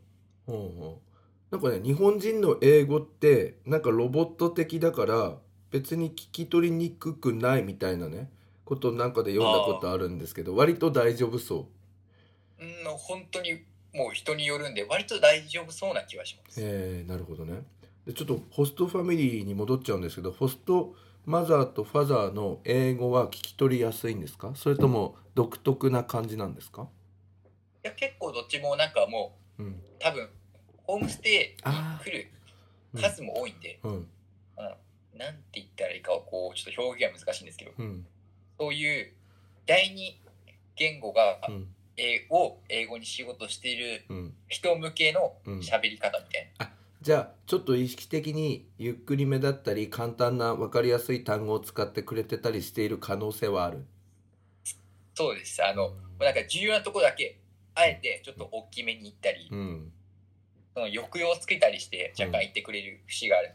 ほうほうなんかね日本人の英語ってなんかロボット的だから別に聞き取りにくくないみたいなねことなんかで読んだことあるんですけど割と大丈夫そう
うん、本当にもう人によるんで、割と大丈夫そうな気はします。
えー、なるほどねでちょっとホストファミリーに戻っちゃうんですけどホストマザーとファザーの英語は聞き取りやすいんですかそれとも独特な感じなんですか、
いや結構どっちもなんかも
うん
う、多分、ホームステイに来る
うん
数も多いんで、
うん
なんて言ったらいいかは、こう、ちょっと表現が難しいんですけど、
うん
そういう第二言語が、
うん
英語を英語に仕事している
うん
人向けの
うん
喋り方みたい
じゃあちょっと意識的にゆっくりめだったり簡単な分かりやすい単語を使ってくれてたりしている可能性はある
な。そうです。あの、なんか重要なところだけ、あえてちょっと大きめに言ったり、
うん
その抑揚をつけたりして若干言ってくれる節がある。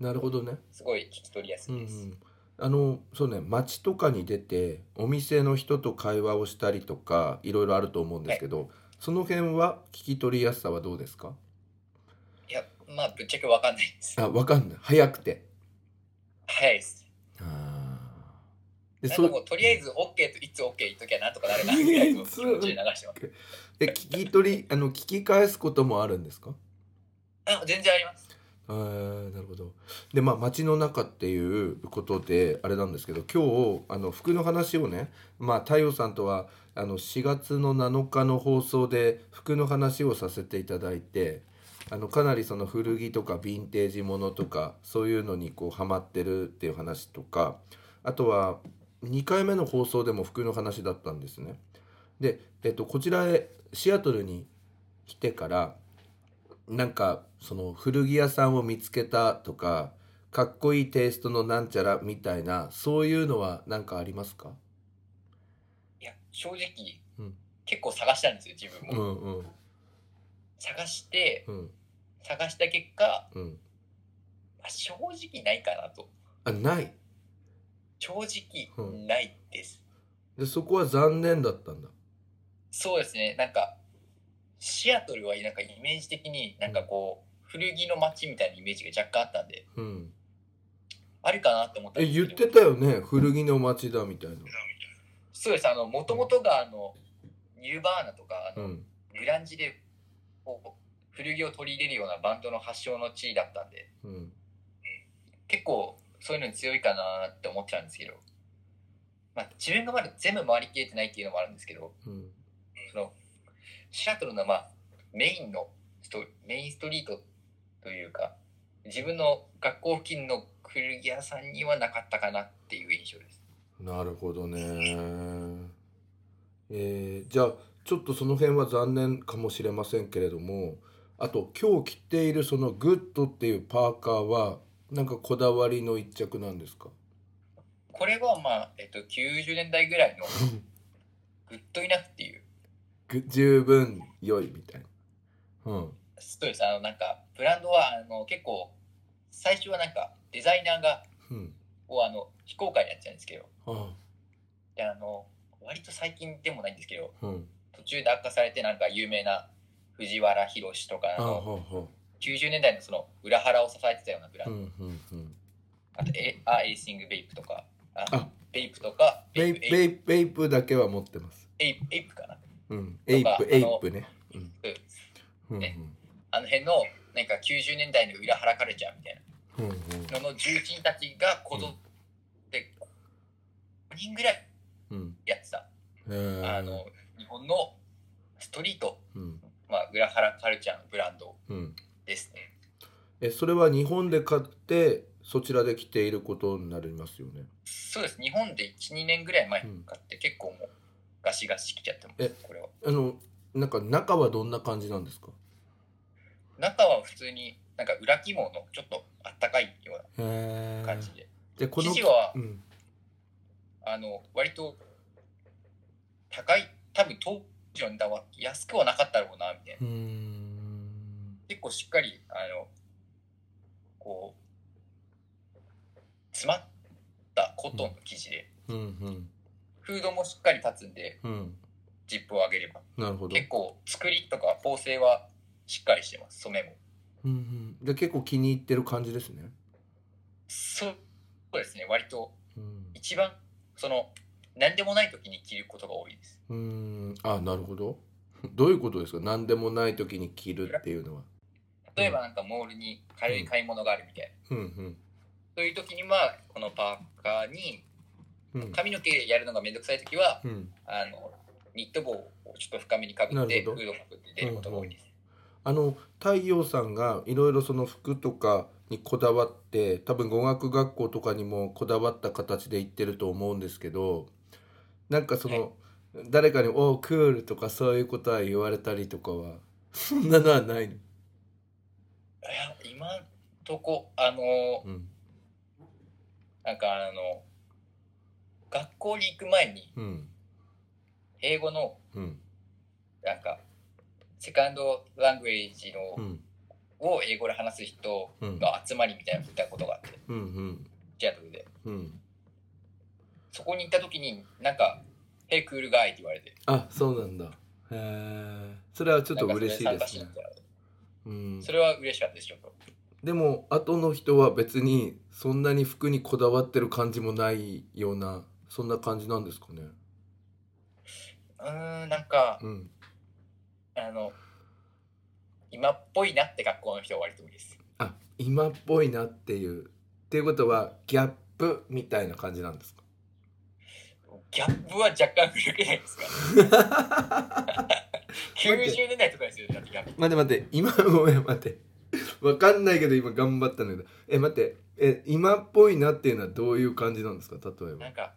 なるほどね
すごい聞き取りやす
うんう
いです。
ん、あのそうね街とかに出てお店の人と会話をしたりとかいろいろあると思うんですけど、その辺は聞き取りやすさはどうですか
いや、まあ、ぶっちゃけわかんないです。
あわかんない早くて
早いです。
あーで
なん
そ
か
う
もうとりあえず OK といつ OK 言っときゃなんとかなるなぐら いの気持ちで流してます。
で聞き取りあの聞き返すこともあるんですか
あ、全然あります。
あーなるほどでまあ街の中っていうことであれなんですけど今日あの服の話をねまあ太陽さんとはあの4月の7日の放送で服の話をさせていただいてあのかなりその古着とかヴィンテージものとかそういうのにこうハマってるっていう話とかあとは2回目の放送でも服の話だったんですね。で、えっと、こちらへシアトルに来てからなんかその古着屋さんを見つけたとかかっこいいテイストのなんちゃらみたいなそういうのは何かありますか、
いや、正直、
うん
結構探したんですよ、自分
う
も。
んうん
探して、
うん
探した結果、
うん
まあ正直ないかなと。
あない
正直
うん
ないです、
でそこは残念だったんだ
そうですねなんかシアトルはなんかイメージ的になんかこう古着の街みたいなイメージが若干あったんで
うん
あるかなと思ったん
え
ですけ
言
ど
ってたよね古着の街だみたいな
そうですあの元々があのニューバーナとかあ
う
の
ん
グランジでこう古着を取り入れるようなバンドの発祥の地だったんで
うん
結構そういうのに強いかなって思ってたんですけど、まあ、自分がまだ全部回りきれてないっていうのもあるんですけど
うん
そのシアトルのまあメインのストメインストリートというか自分の学校付近の古着屋さんにはなかったかなっていう印象です。
なるほどね。えーじゃあちょっとその辺は残念かもしれませんけれどもあと今日着ているそのグッドっていうパーカーはなんかこだわりの一着なんですか
これはまあ、えっと、90年代ぐらいのグッドイナフっていう
ぐ十分良いみたいな。うん
ストレスあのなんかブランドはあの結構最初はなんかデザイナーが
うん、
をあの非公開になっちゃうんですけど
あ
であの割と最近でもないんですけど
あうん
途中で悪化されてなんか有名な藤原宏とか
あ
あ
は
の
あは
90年代のその裏腹を支えてたようなブラ
あう
ンド、
んうんうん
あとエアエイシングベイプとかあ
あ
ベイプとか
ベイ
ベイプ
ベイベイプだけは持ってます。
エイプエイプかな
うんエイプ
とか
エイプね。うん
うん
うんうん
ねあの辺のなんか90年代の裏腹カルチャーみたい
うんうん
なのの重鎮たちがこぞって5人ぐらい
うん
やってた、
えー
あの日本のストリート、
うん
まあ、裏腹カルチャーのブランド
うん
ですね
えそれは日本で買ってそちらで着ていることになりますよね
そうです日本で12年ぐらい前に買って結構もうガシガシ来ちゃってま
え
すこれは
あのなんか中はどんな感じなんですか
中は普通になんなんか裏肝のちょっとあったかいよ
へ
う
え
な感じで、
でこの
生地は
うん、
あの割と高い多分当時の値段は安くはなかったろうなみたいな
うーん
結構しっかりあのこう詰まったコットンの生地で、
うんうん
フードもしっかり立つんで
うん
ジップを上げれば
なるほど
結構作りとか縫製はしっかりしてます染めも
うんうん、で結構気に入ってる感じですね。
そうそうですね割と
うん、
一番その何でもない時に着ることが多いです
うーんあなるほど。 どういうことですか何でもない時に着るっていうのは。
例えばなんかモールに軽い買い物があるみたいな、
うん
そういう時にはこのパーカーに
うんうん
髪の毛やるのがめんどくさい時は
うん、
あのニット帽をちょっと深めにかぶって
なる
フ
ほど
ードをかぶって出ることが多いです、
あの太陽さんがいろいろその服とかにこだわって多分語学学校とかにもこだわった形で行ってると思うんですけどなんかその誰かに「おークール」とかそういうことは言われたりとかはそんなのはないの。
いや今んとこあの
うん
なんかあの学校に行く前に
うん
英語の
うん
なんかセカンドラングエージの、
うん
を英語で話す人
うん
の集まりみたいなのに行ったことがあって
うん
シアトルで
うん
そこに行った時になんか「ヘイクールガイ」って言われて
あそうなんだへえそれはちょっと
なんかそれ
嬉しいで
参加
す
し
ね
なきゃ
うん
それは嬉しかったですちょっと
でも後の人は別にそんなに服にこだわってる感じもないようなそんな感じなんですかね
うーんなんか
うん
あの今っぽいなって学校の人は割と多いです
あ今っぽいなっていうっていうことはギャップみたいな感じなんですか
ギャップは若干古くないですか90年代とかですよねだってギャッ プ
待って待って今ごめん待ってわかんないけど今頑張ったんだけどえ待ってえ今っぽいなっていうのはどういう感じなんですか例えば
なんか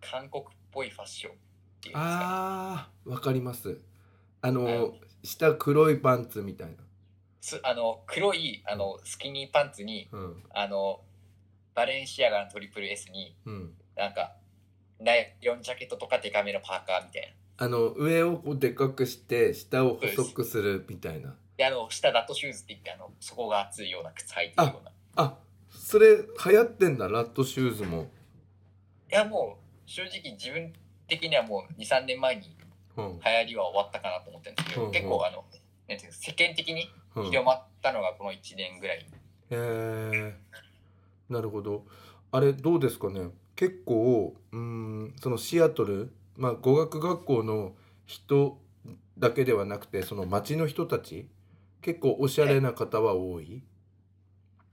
韓国っぽいファッションっていうんですか
あーわかりますあの、
は
下黒いパンツみたい
すあの黒いあのスキニーパンツに
なうん
あのバレンシアガのトリプル S に
うん
なんかナイロンジャケットとかデカめのパーカーみたいな
あの上をこうでかくして下を細くするみたいな
であの下ラットシューズって言ってあのそこが厚いような靴履いてるような
あそれ流行ってんだラットシューズも
いやもう正直自分的にはもう23年前に
うん
流行りは終わったかなと思ってるんですけど、
うんうん
結構あのなんていうの世間的に
うん
広まったのがこの1年ぐらい、
へえなるほどあれどうですかね結構うーんそのシアトル、まあ、語学学校の人だけではなくてその町の人たち結構おしゃれな方は多い、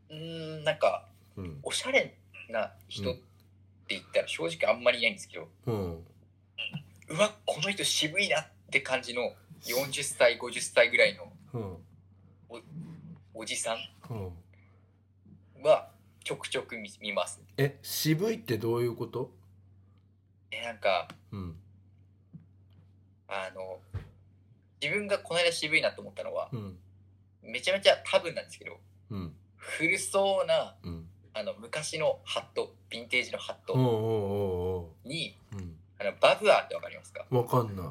うーんなんか
うん
おしゃれな人って言ったら正直あんまりいないんですけど、
うん、
うわこの人渋いなって感じの40歳50歳ぐらいの
うん
おじさ
うん、
んはちょくちょく見見ます
え渋いってどういうこと、
えなんか
うん
あの自分がこの間渋いなと思ったのは
うん
めちゃめちゃ多分なんですけど
うん
古そうな
うん、
あの昔のハットヴィンテージのハッ
おうおう
ト
お
に、
うおううん
あのバブアーってわかりますか
わかんない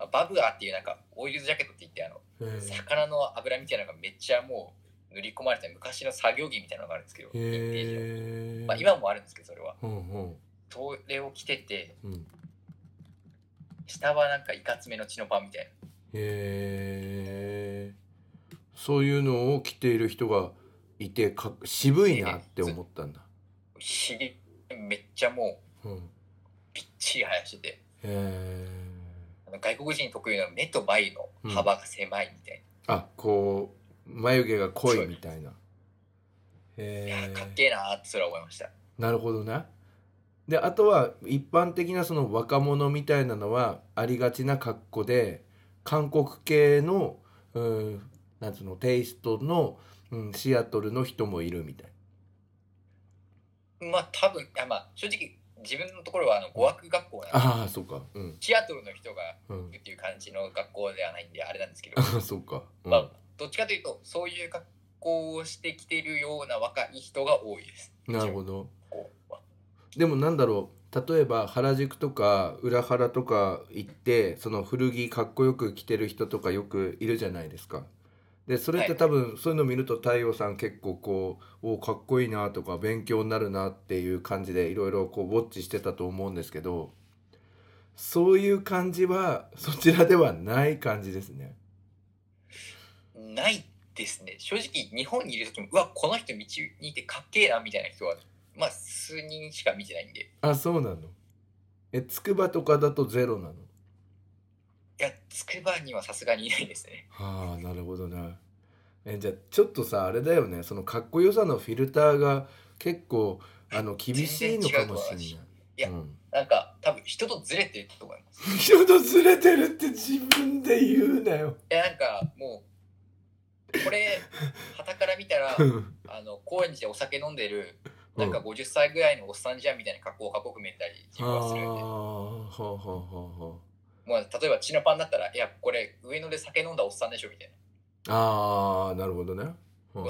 あバブアーっていうなんかオイルズジャケットって言ってあの
へー
魚の油みたいなのがめっちゃもう塗り込まれた昔の作業着みたいなのがあるんですけど、ヴィンテージの
へえ
まあ、今もあるんですけどそれは
うんうん
それを着てて
うん
下はなんかいかつめのチノパンみたいな
へえそういうのを着ている人がいてか渋いなって思ったんだ、
ひげめっちゃもう
うん、
びっちり生やしてて
へえ
あの外国人特有の目と眉の幅が狭いみたい
あこう眉毛が濃いみたいな
な、い
へ
やーかっ
え
けえなーってそれは思いました
なるほどねであとは一般的なその若者みたいなのはありがちな格好で韓国系のうんなんつうのテイストの、うん、シアトルの人もいるみたい
まあ多分あまあ正直自分のところはあの語学学校なんで
ああそうかうん
シアトルの人が
うん
行くっていう感じの学校ではないんであれなんですけど
ああそうか、うん
まあどっちかというとそういう格行をしてきてるような若い人が多いです。
なるほど
中高は
でもなんだろう例えば原宿とか裏原とか行ってその古着かっこよく着てる人とかよくいるじゃないですか。でそれって
はい
多分そういうの見ると太陽さん結構こうおかっこいいなとか勉強になるなっていう感じでいろいろこうウォッチしてたと思うんですけどそういう感じはそちらではない感じですね。
ないですね。正直、日本にいる時も、うわ、この人道にいてかっけえな、みたいな人は、まあ、数人しか見てないんで。い
あそうなのえ筑波とかだとゼロなの
や、つくばにはさすがにいないですね。
はあなるほどねえじゃあちょっとさあれだよねそのかっこよさのフィルターが結構あの厳しいのかもしれない
全然違うといや
うん、
なんか、多分人とずれてると思います。い
人とずれてるって自分で言うなよ
や、なんか、もう、これ、傍から見 たら、あの、高円寺でお酒飲んでる、 なんか
うん
50歳ぐらいのおっさんじゃんみたいな格好をかっこよく見えたり自
ああ
分はするんで、
ほうほうほうほう
もう例えばチノパンだったら、いや、これ上野で酒飲んだおっさんでしょみたいな。
ああなるほどね、うん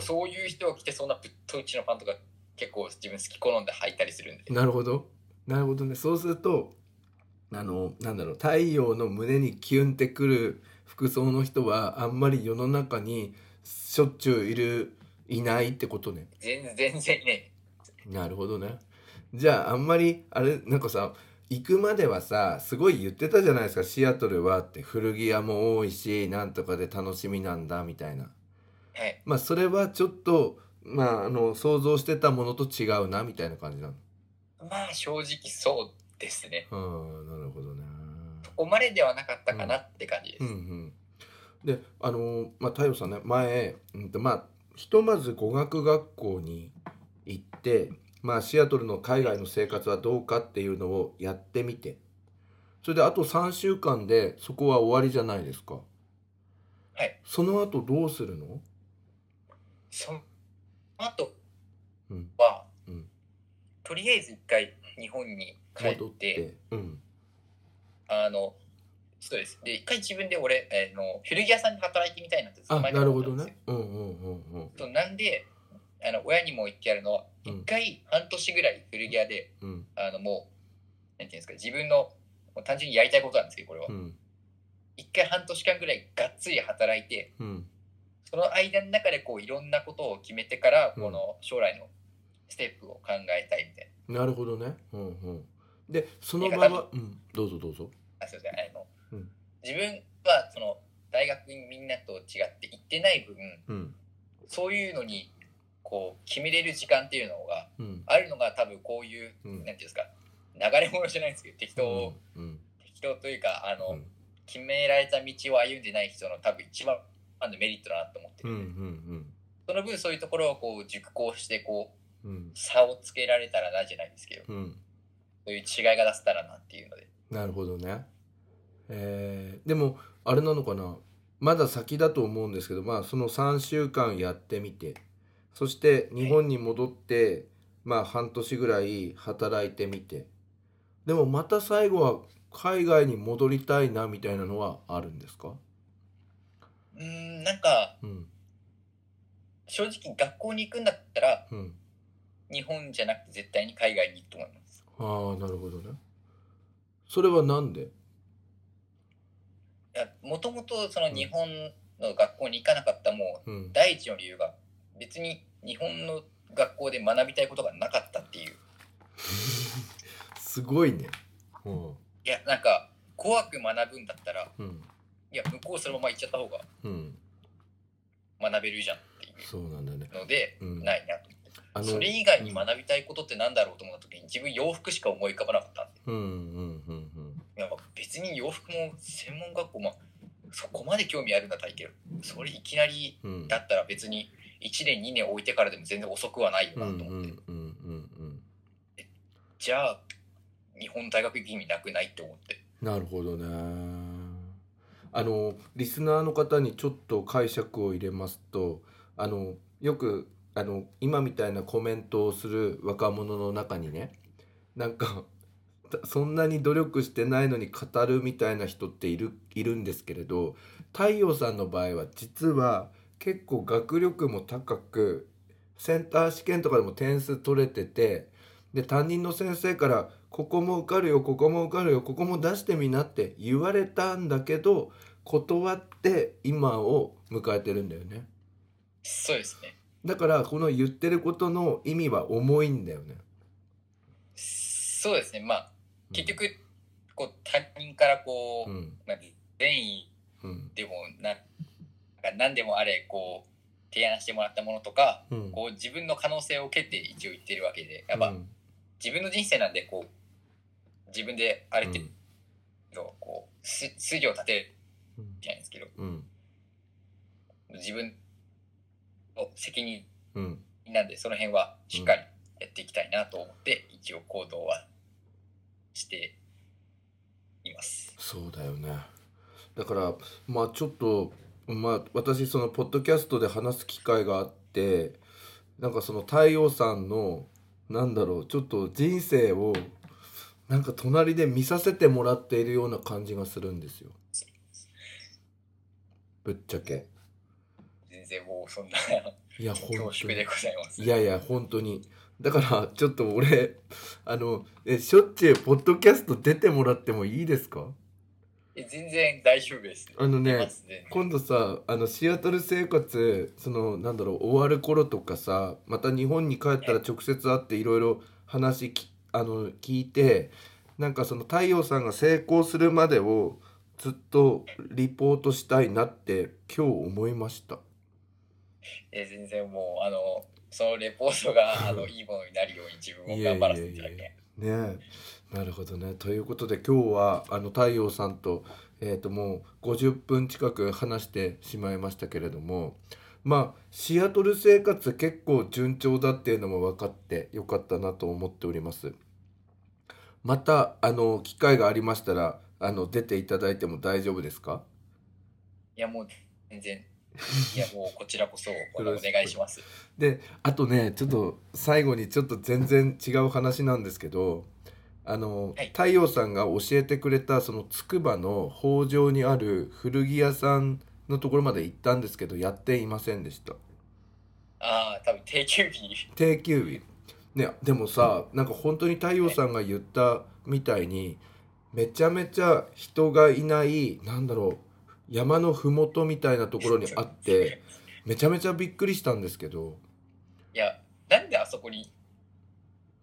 そういう人が着てそんなぶっといチノパンとか結構自分好き好んで履いたりするんで。
なるほどなるほどねそうするとあのなんだろう太陽の胸にキュンってくる服装の人はあんまり世の中にしょっちゅういるいないってことね
全 然全然ね。
なるほどねじゃああんまりあれなんかさ行くまではさすごい言ってたじゃないですかシアトルはって古着屋も多いしなんとかで楽しみなんだみたいな
はい。
まあそれはちょっとまああの想像してたものと違うなみたいな感じなの
まあ正直そうですね。
うんなるほどね
そこまでではなかったかなって感じです。
うんうん、であのーまあ太陽さんね前、うんとまあ、ひとまず語学学校に行って、まあ、シアトルの海外の生活はどうかっていうのをやってみてそれであと3週間でそこは終わりじゃないですか。
はい、
その後どうするの、
その後
うん
は、
うん
とりあえず一回日本に帰って
戻って、うん、
あの、そうです。で、一回自分で俺、えーの古着屋さんで働いてみたいなってずっと
あ
前か
な
ら
る
思
ほ
って
ど
たんですよ
ね。うんうんうんうん
そうなんで、あの親にも言ってやるのは、
う
一
ん
回半年ぐらい古着屋で、
うん
あのもう、なんていうんですか、自分の、もう単純にやりたいことなんですけど、これは
う。ん
一、回半年間ぐらいがっつり働いて、
うん
その間の中でこういろんなことを決めてから、
うん
この将来のステップを考えたいみたい
なるほどね。うんうん、でその
いや
場は、うん、どうぞどうぞ。
な。あ、すいません。あの、
うん
自分はその大学にみんなと違って行ってない分、
うん
そういうのに、こう、決めれる時間っていうのが、
うん
あるのが多分こういう、
うん
なんていうんですか、流れ物じゃないんですけど、適当、
うんうん
適当というか、あの、
うん
決められた道を歩んでない人の多分一番のメリットだなと思って
う
る、
んうん
その分そういうところをこう熟考してこう
うんうん
差をつけられたらなじゃないですけど
うん
そういう違いが出せたらなっていうので
なるほどね。えーでもあれなのかなまだ先だと思うんですけどまあその3週間やってみてそして日本に戻って、まあ半年ぐらい働いてみてでもまた最後は海外に戻りたいなみたいなのはあるんですか、
うーんなんか
うん
正直学校に行くんだったら
うん、
日本じゃなくて絶対に海外に行くと思います
ああなるほどね。それはなんで
いやもともとその日本の学校に行かなかったもう
うん、
第一の理由が別に日本の学校で学びたいことがなかったっていう
すごいね。うん
いやなんか怖く学ぶんだったら
うん
いや向こうそのまま行っちゃった方が
うん、
学べるじゃんってい
そうなんだね。
うので、
うん、
ないなと
あの
それ以外に学びたいことってなんだろうと思った時に自分洋服しか思い浮かばなかったんで
うんうんうんうん
なんか別に洋服も専門学校もそこまで興味あるんだったらいいけどそれいきなり
うん
だったら別に1年2年置いてからでも全然遅くはないよ
うんう
なんと思って、
うんうんうん
じゃあ日本大学行く意味なくないって思って
なるほどねあのリスナーの方にちょっと解釈を入れますとあのよくあの今みたいなコメントをする若者の中にねなんかたそんなに努力してないのに語るみたいな人っているいるんですけれど太陽さんの場合は実は結構学力も高くセンター試験とかでも点数取れててで担任の先生から「ここも受かるよここも受かるよここも出してみな」って言われたんだけど断って今を迎えてるんだよね
そうですね。
だからこの言ってることの意味は重いんだよね
そうですね。まあ、結局、こう、他人からこ
う
う、
ん
なんか善意
うん
でもな、なんか何でもあれ、こう、提案してもらったものとか、
うん
こう、自分の可能性を蹴って一応言ってるわけで、やっぱ、
うん
自分の人生なんで、こう、自分である程
うん
度、こう、す筋を立てる
うん
じゃないですけど、
うん
自分の責任
うん
なんで、その辺はしっかりやっていきたいなと思って、一応行動はしています。
そうだよねだからまあちょっとまあ私そのポッドキャストで話す機会があってなんかその太陽さんのなんだろうちょっと人生をなんか隣で見させてもらっているような感じがするんですよぶっちゃけ
全然もうそんない
や
恐
本当
縮
に
でございます。
いやいや本当にだからちょっと俺あのえしょっちゅうポッドキャスト出てもらってもいいですか
え全然大丈夫です。
あのね
出ます全然
今度さあのシアトル生活そのなんだろう終わる頃とかさまた日本に帰ったら直接会っていろいろ話きあの聞いてなんかその太陽さんが成功するまでをずっとリポートしたいなって今日思いました。
え全然もうあのそのレポート があのいいものになるように自分も頑張らせていただき
いやいやいや
た
い
い。
ねえなるほどね。ということで今日はあの太陽さんと,、えー、ともう50分近く話してしまいましたけれどもまあシアトル生活結構順調だっていうのも分かってよかったなと思っております。またあの機会がありましたらあの出ていただいても大丈夫ですか
いやもう全然いやもうこちら こそお
ろしく
願いします。
であとねちょっと最後にちょっと全然違う話なんですけどあの、
はい
太陽さんが教えてくれたそのつくばの北条にある古着屋さんのところまで行ったんですけどやっていませんでした
ああ多分定休日。
定休日ねでもさなんか本当に太陽さんが言ったみたいにめちゃめちゃ人がいないなんだろう山の麓みたいなところにあって。めちゃめちゃびっくりしたんですけど、
いやなんであそこに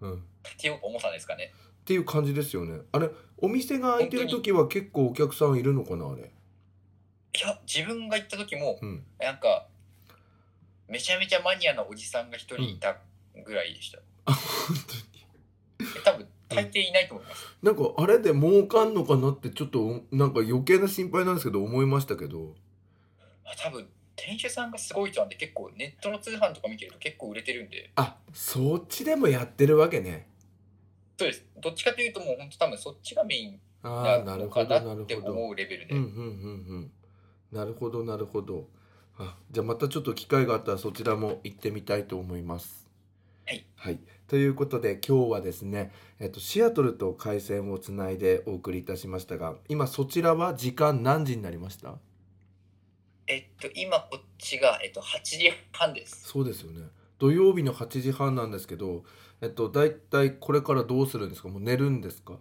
うん、
立てようと思ったんですかね。
っていう感じですよねあれお店が開いてる時は結構お客さんいるのかなあれ
いや自分が行った時も
うん
なんかめちゃめちゃマニアなおじさんが一人いたぐらいでした。
あ本
え多分大抵いないと思います。
当になんかあれで儲かんのかなってちょっとおなんか余計な心配なんですけど思いましたけど
あ多分店主さんがすごい人なんで結構ネットの通販とか見てると結構売れてるんで
あそっちでもやってるわけね
そうですどっちかというともう本当多分そっちがメイン
ああな
な
る
の
ほ
か
ど
な
なる
って
ほど
思うレベルで、
うんうんうんうんなるほどなるほどあじゃあまたちょっと機会があったらそちらも行ってみたいと思います
はい、
ということで今日はですね、えっと、シアトルと回線をつないでお送りいたしましたが今そちらは時間何時になりました
えっと今こっちが、えっと、8時半です
そうですよね土曜日の8時半なんですけど、えっと、だいたいこれからどうするんですかもう寝るんですか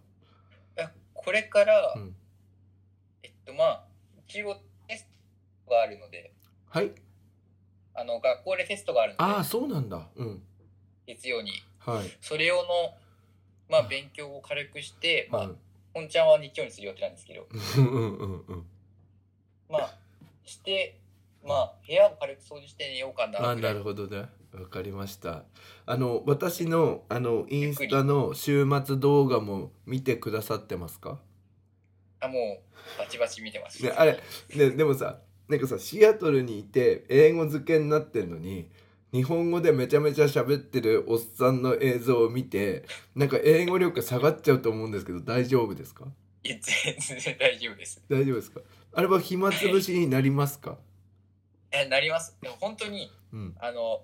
あこれから、
うん
えっとまあ一応テストがあるので
はい
あの学校でテストがある
ああ
ので
そうなんだうん
月曜に
はい
それ用のまあ勉強を軽くして、ま
う
あ
ん、
本ちゃんは日曜にする予定なんですけど
うんうんうんうん
まあしてまあ部屋を軽く掃除して寝ようかな
あ
ぐら
ないるほどねわかりましたあの私のあのインスタの週末動画も見てくださってますか
あもうバチバチ見てます。
ねあれででもさなんかさシアトルにいて英語漬けになってるのに日本語でめちゃめちゃ喋ってるおっさんの映像を見てなんか英語力下がっちゃうと思うんですけど大丈夫ですか
いや全然大丈夫です。
大丈夫ですかあれは暇つぶしになりますか
えなります。でも本当に
うん
あの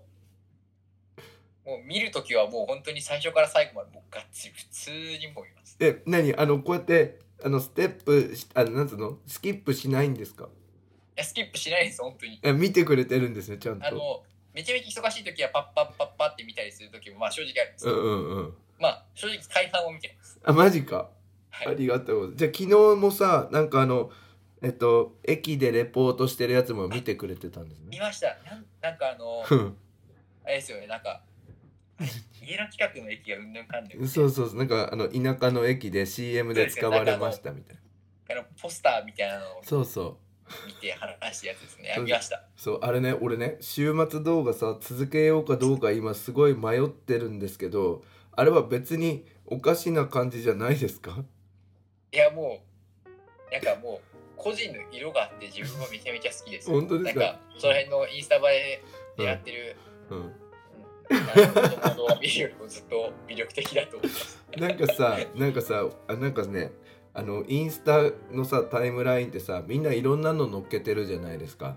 もう見るときはもう本当に最初から最後までもうガッツリ普通にもう見ます。
え何あのこうやってあのステップしあのなんつうのスキップしないんですか
やスキップしないです本当に
え見てくれてるんですねちゃん
あ
と
のめちゃめちゃ忙しい時はパッパッパッパって見たりする時もまあ正直あるんです
う
よ、
んうんうん
まあ正直大半を見てます
あマジか
はい
ありがとうございますじゃあ昨日もさなんかあのえっと駅でレポートしてるやつも見てくれてたんですね
見ましたなんなんかあの
うん
あれですよねなんか家の近くの駅がうんぬんかんぬんで
そうそうそうなんかあの田舎の駅で CM で使われましたみたいな
あのポスターみたいなのを
そうそう
見て話したやつですね
そうです
見ました
そうあれね俺ね週末動画さ続けようかどうか今すごい迷ってるんですけどあれは別におかしな感じじゃないですか
いやもうなんかもう個人の色があって自分もめちゃめちゃ好きです
本当ですか
なんかその辺のインスタ映えでやってる、
うん
うん、あの動画見るよりもずっと魅力的だと思います
なんかさなんかさあなんかねあのインスタのさタイムラインってさみんないろんなの乗っけてるじゃないですか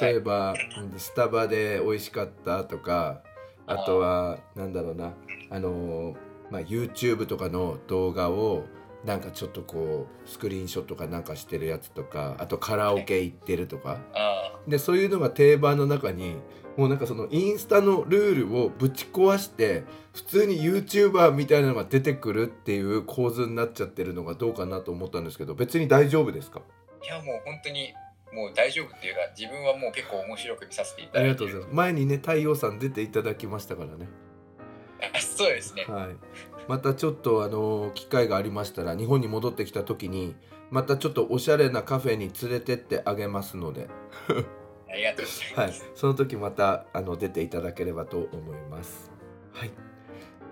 例えば、うんスタバで美味しかったとかあとはなんだろうなあのーまあ YouTube とかの動画をなんかちょっとこうスクリーンショットかなんかしてるやつとかあとカラオケ行ってるとか、
あ
でそういうのが定番の中にもうなんかそのインスタのルールをぶち壊して普通に YouTuber みたいなのが出てくるっていう構図になっちゃってるのがどうかなと思ったんですけど別に大丈夫ですか
あいやもう本当にもう大丈夫っていうか自分はもう結構面白く見させてい
あ
た
りが
だいて
とう
る
ございます前にね太陽さん出ていただきましたからね
あそうですね
はいまたちょっとあの機会がありましたら日本に戻ってきた時にまたちょっとおしゃれなカフェに連れてってあげますので、
ありがとうございます、
はい、その時またあの出ていただければと思います。はい、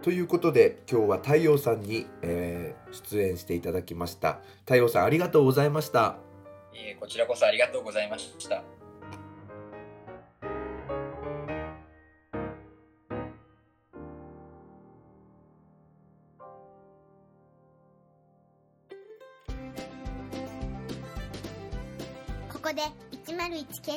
ということで今日は太陽さんに、えー出演していただきました。太陽さんありがとうございました。
いえこちらこそありがとうございました
ここで101ケ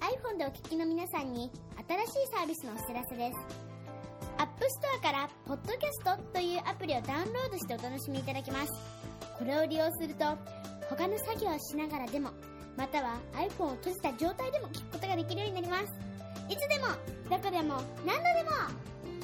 iPhone でお聞きの皆さんに新しいサービスのお知らせです App Store から「Podcast」というアプリをダウンロードしてお楽しみいただけますこれを利用すると他の作業をしながらでもまたは iPhone を閉じた状態でも聞くことができるようになりますいつでもどこでも何度でも